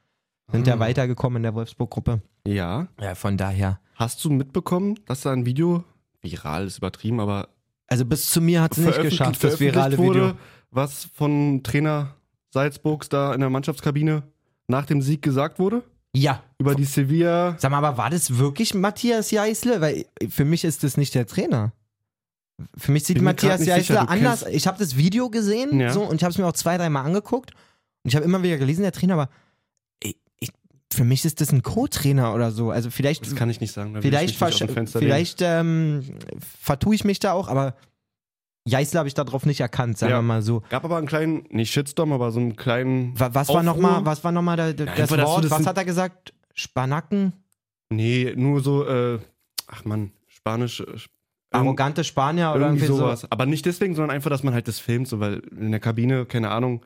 Speaker 1: Sind ja
Speaker 2: Hm.
Speaker 1: weitergekommen in der Wolfsburg-Gruppe.
Speaker 2: Ja.
Speaker 1: Ja, von daher.
Speaker 2: Hast du mitbekommen, dass da ein Video, viral ist übertrieben, aber
Speaker 1: Also bis zu mir hat es nicht
Speaker 2: veröffentlicht-
Speaker 1: geschafft, das
Speaker 2: veröffentlicht
Speaker 1: virale Video.
Speaker 2: was von Trainer Salzburgs da in der Mannschaftskabine nach dem Sieg gesagt wurde?
Speaker 1: Ja,
Speaker 2: Über die Sevilla.
Speaker 1: Sag mal, aber war das wirklich Matthias Jeißle? Weil für mich ist das nicht der Trainer. Für mich sieht
Speaker 2: Bin mir grad
Speaker 1: Matthias
Speaker 2: nicht
Speaker 1: Jeißle
Speaker 2: sicher, du
Speaker 1: anders.
Speaker 2: kennst-
Speaker 1: Ich habe das Video gesehen
Speaker 2: Ja.
Speaker 1: so, und ich habe es mir auch zwei, dreimal angeguckt. Und ich habe immer wieder gelesen, der Trainer, aber ich, ich, für mich ist das ein Co-Trainer oder so. Also vielleicht,
Speaker 2: Das kann ich nicht sagen. da will ich
Speaker 1: vielleicht,
Speaker 2: mich nicht aus dem
Speaker 1: versch-
Speaker 2: Fenster
Speaker 1: vielleicht ähm, vertue ich mich da auch, aber Jeißle habe ich darauf nicht erkannt, sagen
Speaker 2: Ja.
Speaker 1: wir mal so.
Speaker 2: lehnen. Gab aber einen kleinen, nicht Shitstorm, aber so einen kleinen.
Speaker 1: Wa- Was
Speaker 2: Aufruhr.
Speaker 1: war nochmal was war noch mal da, da, das
Speaker 2: einfach, dass du
Speaker 1: Wort?
Speaker 2: das
Speaker 1: was
Speaker 2: in-
Speaker 1: hat er gesagt? Spanacken?
Speaker 2: Nee, nur so, äh, ach man, Spanisch. äh, Sp-
Speaker 1: Arrogante Spanier oder
Speaker 2: irgendwie
Speaker 1: irgendwie so.
Speaker 2: sowas. Aber nicht deswegen, sondern einfach, dass man halt das filmt, so, weil in der Kabine, keine Ahnung,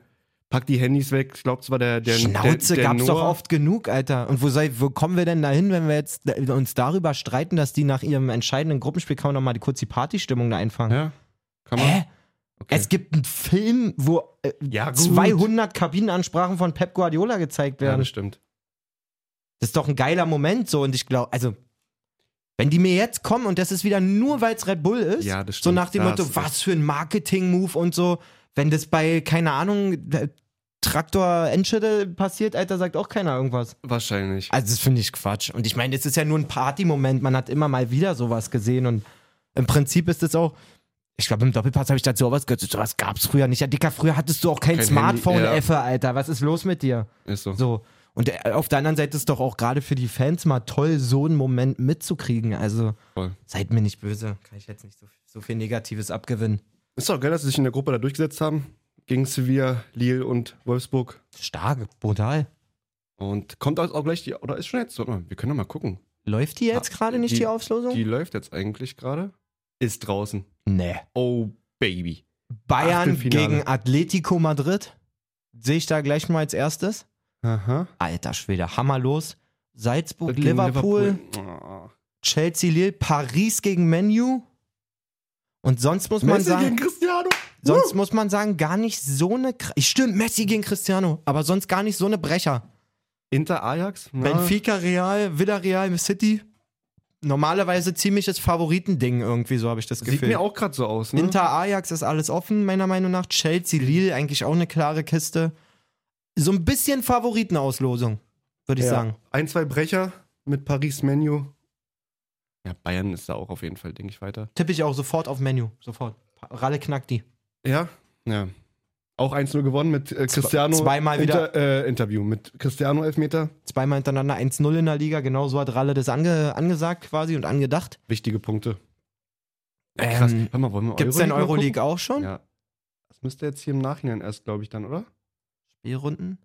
Speaker 2: packt die Handys weg. Ich glaube, es war der. der
Speaker 1: Schnauze
Speaker 2: der, der
Speaker 1: gab's doch
Speaker 2: Noah.
Speaker 1: oft genug, Alter. Und wo, soll, wo kommen wir denn dahin, wenn wir jetzt da- uns darüber streiten, dass die nach ihrem entscheidenden Gruppenspiel kaum noch mal die, kurz die Partystimmung da einfangen?
Speaker 2: Ja, kann man.
Speaker 1: Hä?
Speaker 2: Okay.
Speaker 1: Es gibt einen Film, wo äh,
Speaker 2: Ja, gut.
Speaker 1: 200 Kabinenansprachen von Pep Guardiola gezeigt
Speaker 2: Ja,
Speaker 1: werden.
Speaker 2: das
Speaker 1: das,
Speaker 2: stimmt.
Speaker 1: ist doch ein geiler Moment so. Und ich glaube, also, wenn die mir jetzt kommen und das ist wieder nur, weil es Red Bull ist,
Speaker 2: Ja, das
Speaker 1: so
Speaker 2: stimmt.
Speaker 1: nach dem
Speaker 2: Da
Speaker 1: Motto,
Speaker 2: hast du
Speaker 1: was für ein Marketing-Move und so, wenn das bei, keine Ahnung, äh, Traktor Enschede passiert, Alter, sagt auch keiner irgendwas.
Speaker 2: Wahrscheinlich.
Speaker 1: Also das finde ich Quatsch. Und ich meine, es ist ja nur ein Partymoment. Man hat immer mal wieder sowas gesehen. Und im Prinzip ist es auch, ich glaube, im Doppelpass habe ich dazu auch was gehört. Sowas gab es früher nicht. Ja, Dicker, früher hattest du auch kein,
Speaker 2: Kein
Speaker 1: Smartphone,
Speaker 2: Handy, ja.
Speaker 1: Effe, Alter. Was ist los mit dir?
Speaker 2: Ist so.
Speaker 1: So. Und äh, auf der anderen Seite ist doch auch gerade für die Fans mal toll, so einen Moment mitzukriegen. Also
Speaker 2: Voll.
Speaker 1: seid mir nicht böse. Kann ich jetzt nicht so, so viel Negatives abgewinnen.
Speaker 2: Ist doch geil, dass sie sich in der Gruppe da durchgesetzt haben. Gegen Sevilla, Lille und Wolfsburg.
Speaker 1: Stark, brutal.
Speaker 2: Und kommt also auch gleich die. Oder ist schon jetzt? Warte mal, wir können doch mal gucken.
Speaker 1: Läuft die jetzt
Speaker 2: Ah,
Speaker 1: gerade nicht, die,
Speaker 2: die-
Speaker 1: Auslosung?
Speaker 2: Die läuft jetzt eigentlich gerade. Ist draußen.
Speaker 1: nee.
Speaker 2: Oh, Baby.
Speaker 1: Bayern
Speaker 2: Achtelfinale.
Speaker 1: gegen Atletico Madrid. Sehe ich da gleich mal als erstes.
Speaker 2: Aha.
Speaker 1: Alter Schwede, Hammer los. Salzburg,
Speaker 2: Gegen
Speaker 1: Liverpool,
Speaker 2: Oh.
Speaker 1: Chelsea, Lille, Paris gegen Menu. Und sonst muss man
Speaker 2: Messi
Speaker 1: sagen,
Speaker 2: gegen Cristiano.
Speaker 1: sonst muss man sagen, gar nicht so eine. Kr- Stimmt, Messi gegen Cristiano, aber sonst gar nicht so eine Brecher.
Speaker 2: Inter Ajax. ne? Na,
Speaker 1: Benfica, Real, Villarreal, City. Normalerweise ziemliches Favoritending irgendwie, so habe ich das
Speaker 2: Sieht
Speaker 1: Gefühl.
Speaker 2: mir auch gerade so aus, ne?
Speaker 1: Inter Ajax ist alles offen, meiner Meinung nach. Chelsea Lille eigentlich auch eine klare Kiste. So ein bisschen Favoritenauslosung, würde ich
Speaker 2: Ja.
Speaker 1: sagen.
Speaker 2: Ein, zwei Brecher mit Paris Menu. Ja, Bayern ist da auch auf jeden Fall, denke ich, weiter.
Speaker 1: Tippe ich auch sofort auf Menu. Sofort. Ralle knackt die.
Speaker 2: Ja? Ja. Auch 1-0 gewonnen mit äh, Cristiano.
Speaker 1: zweimal wieder.
Speaker 2: Inter, äh, Interview mit Cristiano Elfmeter.
Speaker 1: Zweimal hintereinander 1-0 in der Liga, genau so hat Ralle das ange angesagt quasi und angedacht.
Speaker 2: Wichtige Punkte.
Speaker 1: Ähm,
Speaker 2: Hör mal, wollen wir
Speaker 1: Gibt es denn
Speaker 2: mal
Speaker 1: Euroleague auch schon?
Speaker 2: gucken? Ja. Das müsste jetzt hier im Nachhinein erst, glaube ich, dann, oder?
Speaker 1: Spielrunden?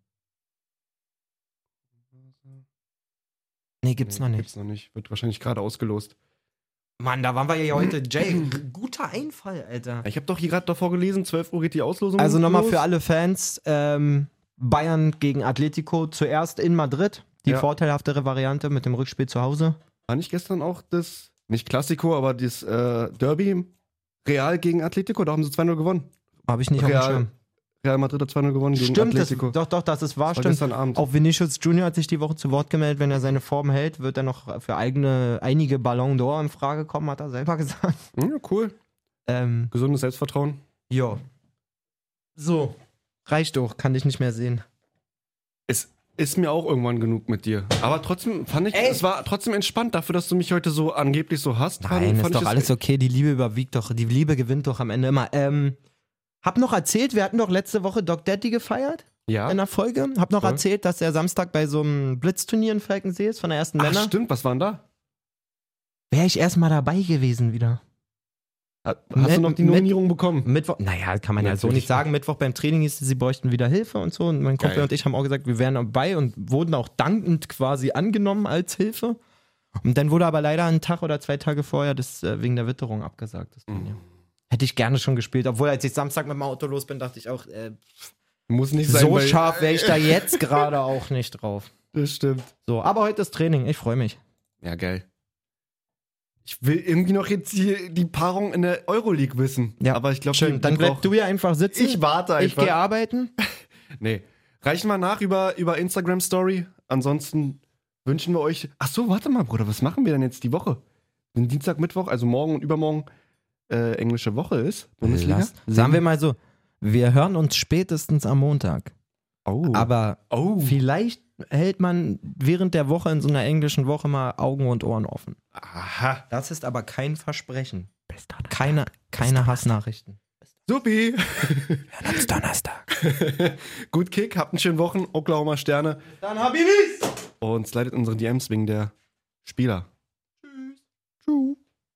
Speaker 1: Nee, gibt's
Speaker 2: Nee,
Speaker 1: noch nicht.
Speaker 2: Gibt's noch nicht. Wird wahrscheinlich gerade ausgelost.
Speaker 1: Mann, da waren wir ja heute. Jay, guter Einfall, Alter.
Speaker 2: Ich habe doch hier gerade davor gelesen, 12 Uhr geht die Auslosung.
Speaker 1: Also nochmal
Speaker 2: los.
Speaker 1: für alle Fans: ähm, Bayern gegen Atletico zuerst in Madrid. Die
Speaker 2: Ja.
Speaker 1: vorteilhaftere Variante mit dem Rückspiel zu Hause.
Speaker 2: War nicht gestern auch das, nicht Klassiko, aber das äh, Derby Real gegen Atletico, da haben sie 2-0 gewonnen.
Speaker 1: Habe ich nicht auf
Speaker 2: Real
Speaker 1: dem Schirm.
Speaker 2: Real Madrid hat 2-0 gewonnen gegen
Speaker 1: Stimmt, das,
Speaker 2: Atletico.
Speaker 1: doch, doch, das ist wahr.
Speaker 2: Das war
Speaker 1: Stimmt.
Speaker 2: gestern Abend.
Speaker 1: Auch Vinicius Junior hat sich die Woche zu Wort gemeldet. Wenn er seine Form hält, wird er noch für eigene, einige Ballon d'Or in Frage kommen, hat er selber gesagt.
Speaker 2: Ja, Hm, cool.
Speaker 1: Ähm,
Speaker 2: Gesundes Selbstvertrauen.
Speaker 1: jo. So. Reicht doch, kann dich nicht mehr sehen.
Speaker 2: Es ist mir auch irgendwann genug mit dir. Aber trotzdem fand ich,
Speaker 1: Ey.
Speaker 2: es war trotzdem entspannt dafür, dass du mich heute so angeblich so hast. fand-
Speaker 1: Nein, ist
Speaker 2: fand
Speaker 1: doch
Speaker 2: ich es-
Speaker 1: alles okay. Die Liebe überwiegt doch. Die Liebe gewinnt doch am Ende immer. Ähm, hab noch erzählt, wir hatten doch letzte Woche Doc Daddy gefeiert
Speaker 2: Ja.
Speaker 1: in der Folge. Hab noch
Speaker 2: Ja.
Speaker 1: erzählt, dass er Samstag bei so einem Blitzturnier in Falkensee ist von der ersten
Speaker 2: Ach,
Speaker 1: Männer.
Speaker 2: stimmt, was waren da?
Speaker 1: Wäre ich erstmal dabei gewesen wieder.
Speaker 2: Ha- Hast
Speaker 1: Mit-
Speaker 2: du noch die
Speaker 1: mit-
Speaker 2: Nominierung bekommen?
Speaker 1: Mittwoch, naja, kann man ja so
Speaker 2: Natürlich.
Speaker 1: nicht sagen. Mittwoch beim Training hieß es, sie bräuchten wieder Hilfe und so. Und mein Kumpel
Speaker 2: Geil.
Speaker 1: und ich haben auch gesagt, wir wären dabei und wurden auch dankend quasi angenommen als Hilfe. Und dann wurde aber leider ein Tag oder zwei Tage vorher das äh, wegen der Witterung abgesagt. Das Turnier.
Speaker 2: Mhm.
Speaker 1: Hätte ich gerne schon gespielt. Obwohl, als ich Samstag mit dem Auto los bin, dachte ich auch, äh,
Speaker 2: Muss nicht sein.
Speaker 1: so
Speaker 2: weil-
Speaker 1: scharf wäre ich da jetzt gerade auch nicht drauf.
Speaker 2: Das stimmt.
Speaker 1: So, aber heute ist Training. Ich freue mich.
Speaker 2: Ja, geil. Ich will irgendwie noch jetzt hier die Paarung in der Euroleague wissen.
Speaker 1: Ja,
Speaker 2: aber ich glaube,
Speaker 1: Schön. Dann bleib du ja einfach sitzen.
Speaker 2: Ich warte
Speaker 1: Ich
Speaker 2: einfach.
Speaker 1: gehe arbeiten.
Speaker 2: nee. Reichen wir nach über, über Instagram Story. Ansonsten wünschen wir euch. Ach so, warte mal, Bruder, was machen wir denn jetzt die Woche? Wenn Dienstag, Mittwoch, also morgen und übermorgen äh, englische Woche ist, Bundesliga.
Speaker 1: Lass- Sagen wir mal so, wir hören uns spätestens am Montag.
Speaker 2: Oh.
Speaker 1: Aber
Speaker 2: oh.
Speaker 1: Vielleicht hält man während der Woche in so einer englischen Woche mal Augen und Ohren offen.
Speaker 2: Aha.
Speaker 1: Das ist aber kein Versprechen. Keine, keine Hassnachrichten.
Speaker 2: Supi.
Speaker 1: Bis Donnerstag.
Speaker 2: Gut Kick, habt einen schönen Wochen. Oklahoma Sterne.
Speaker 1: Dann Habibis!
Speaker 2: Und slidet unsere DMs wegen der Spieler.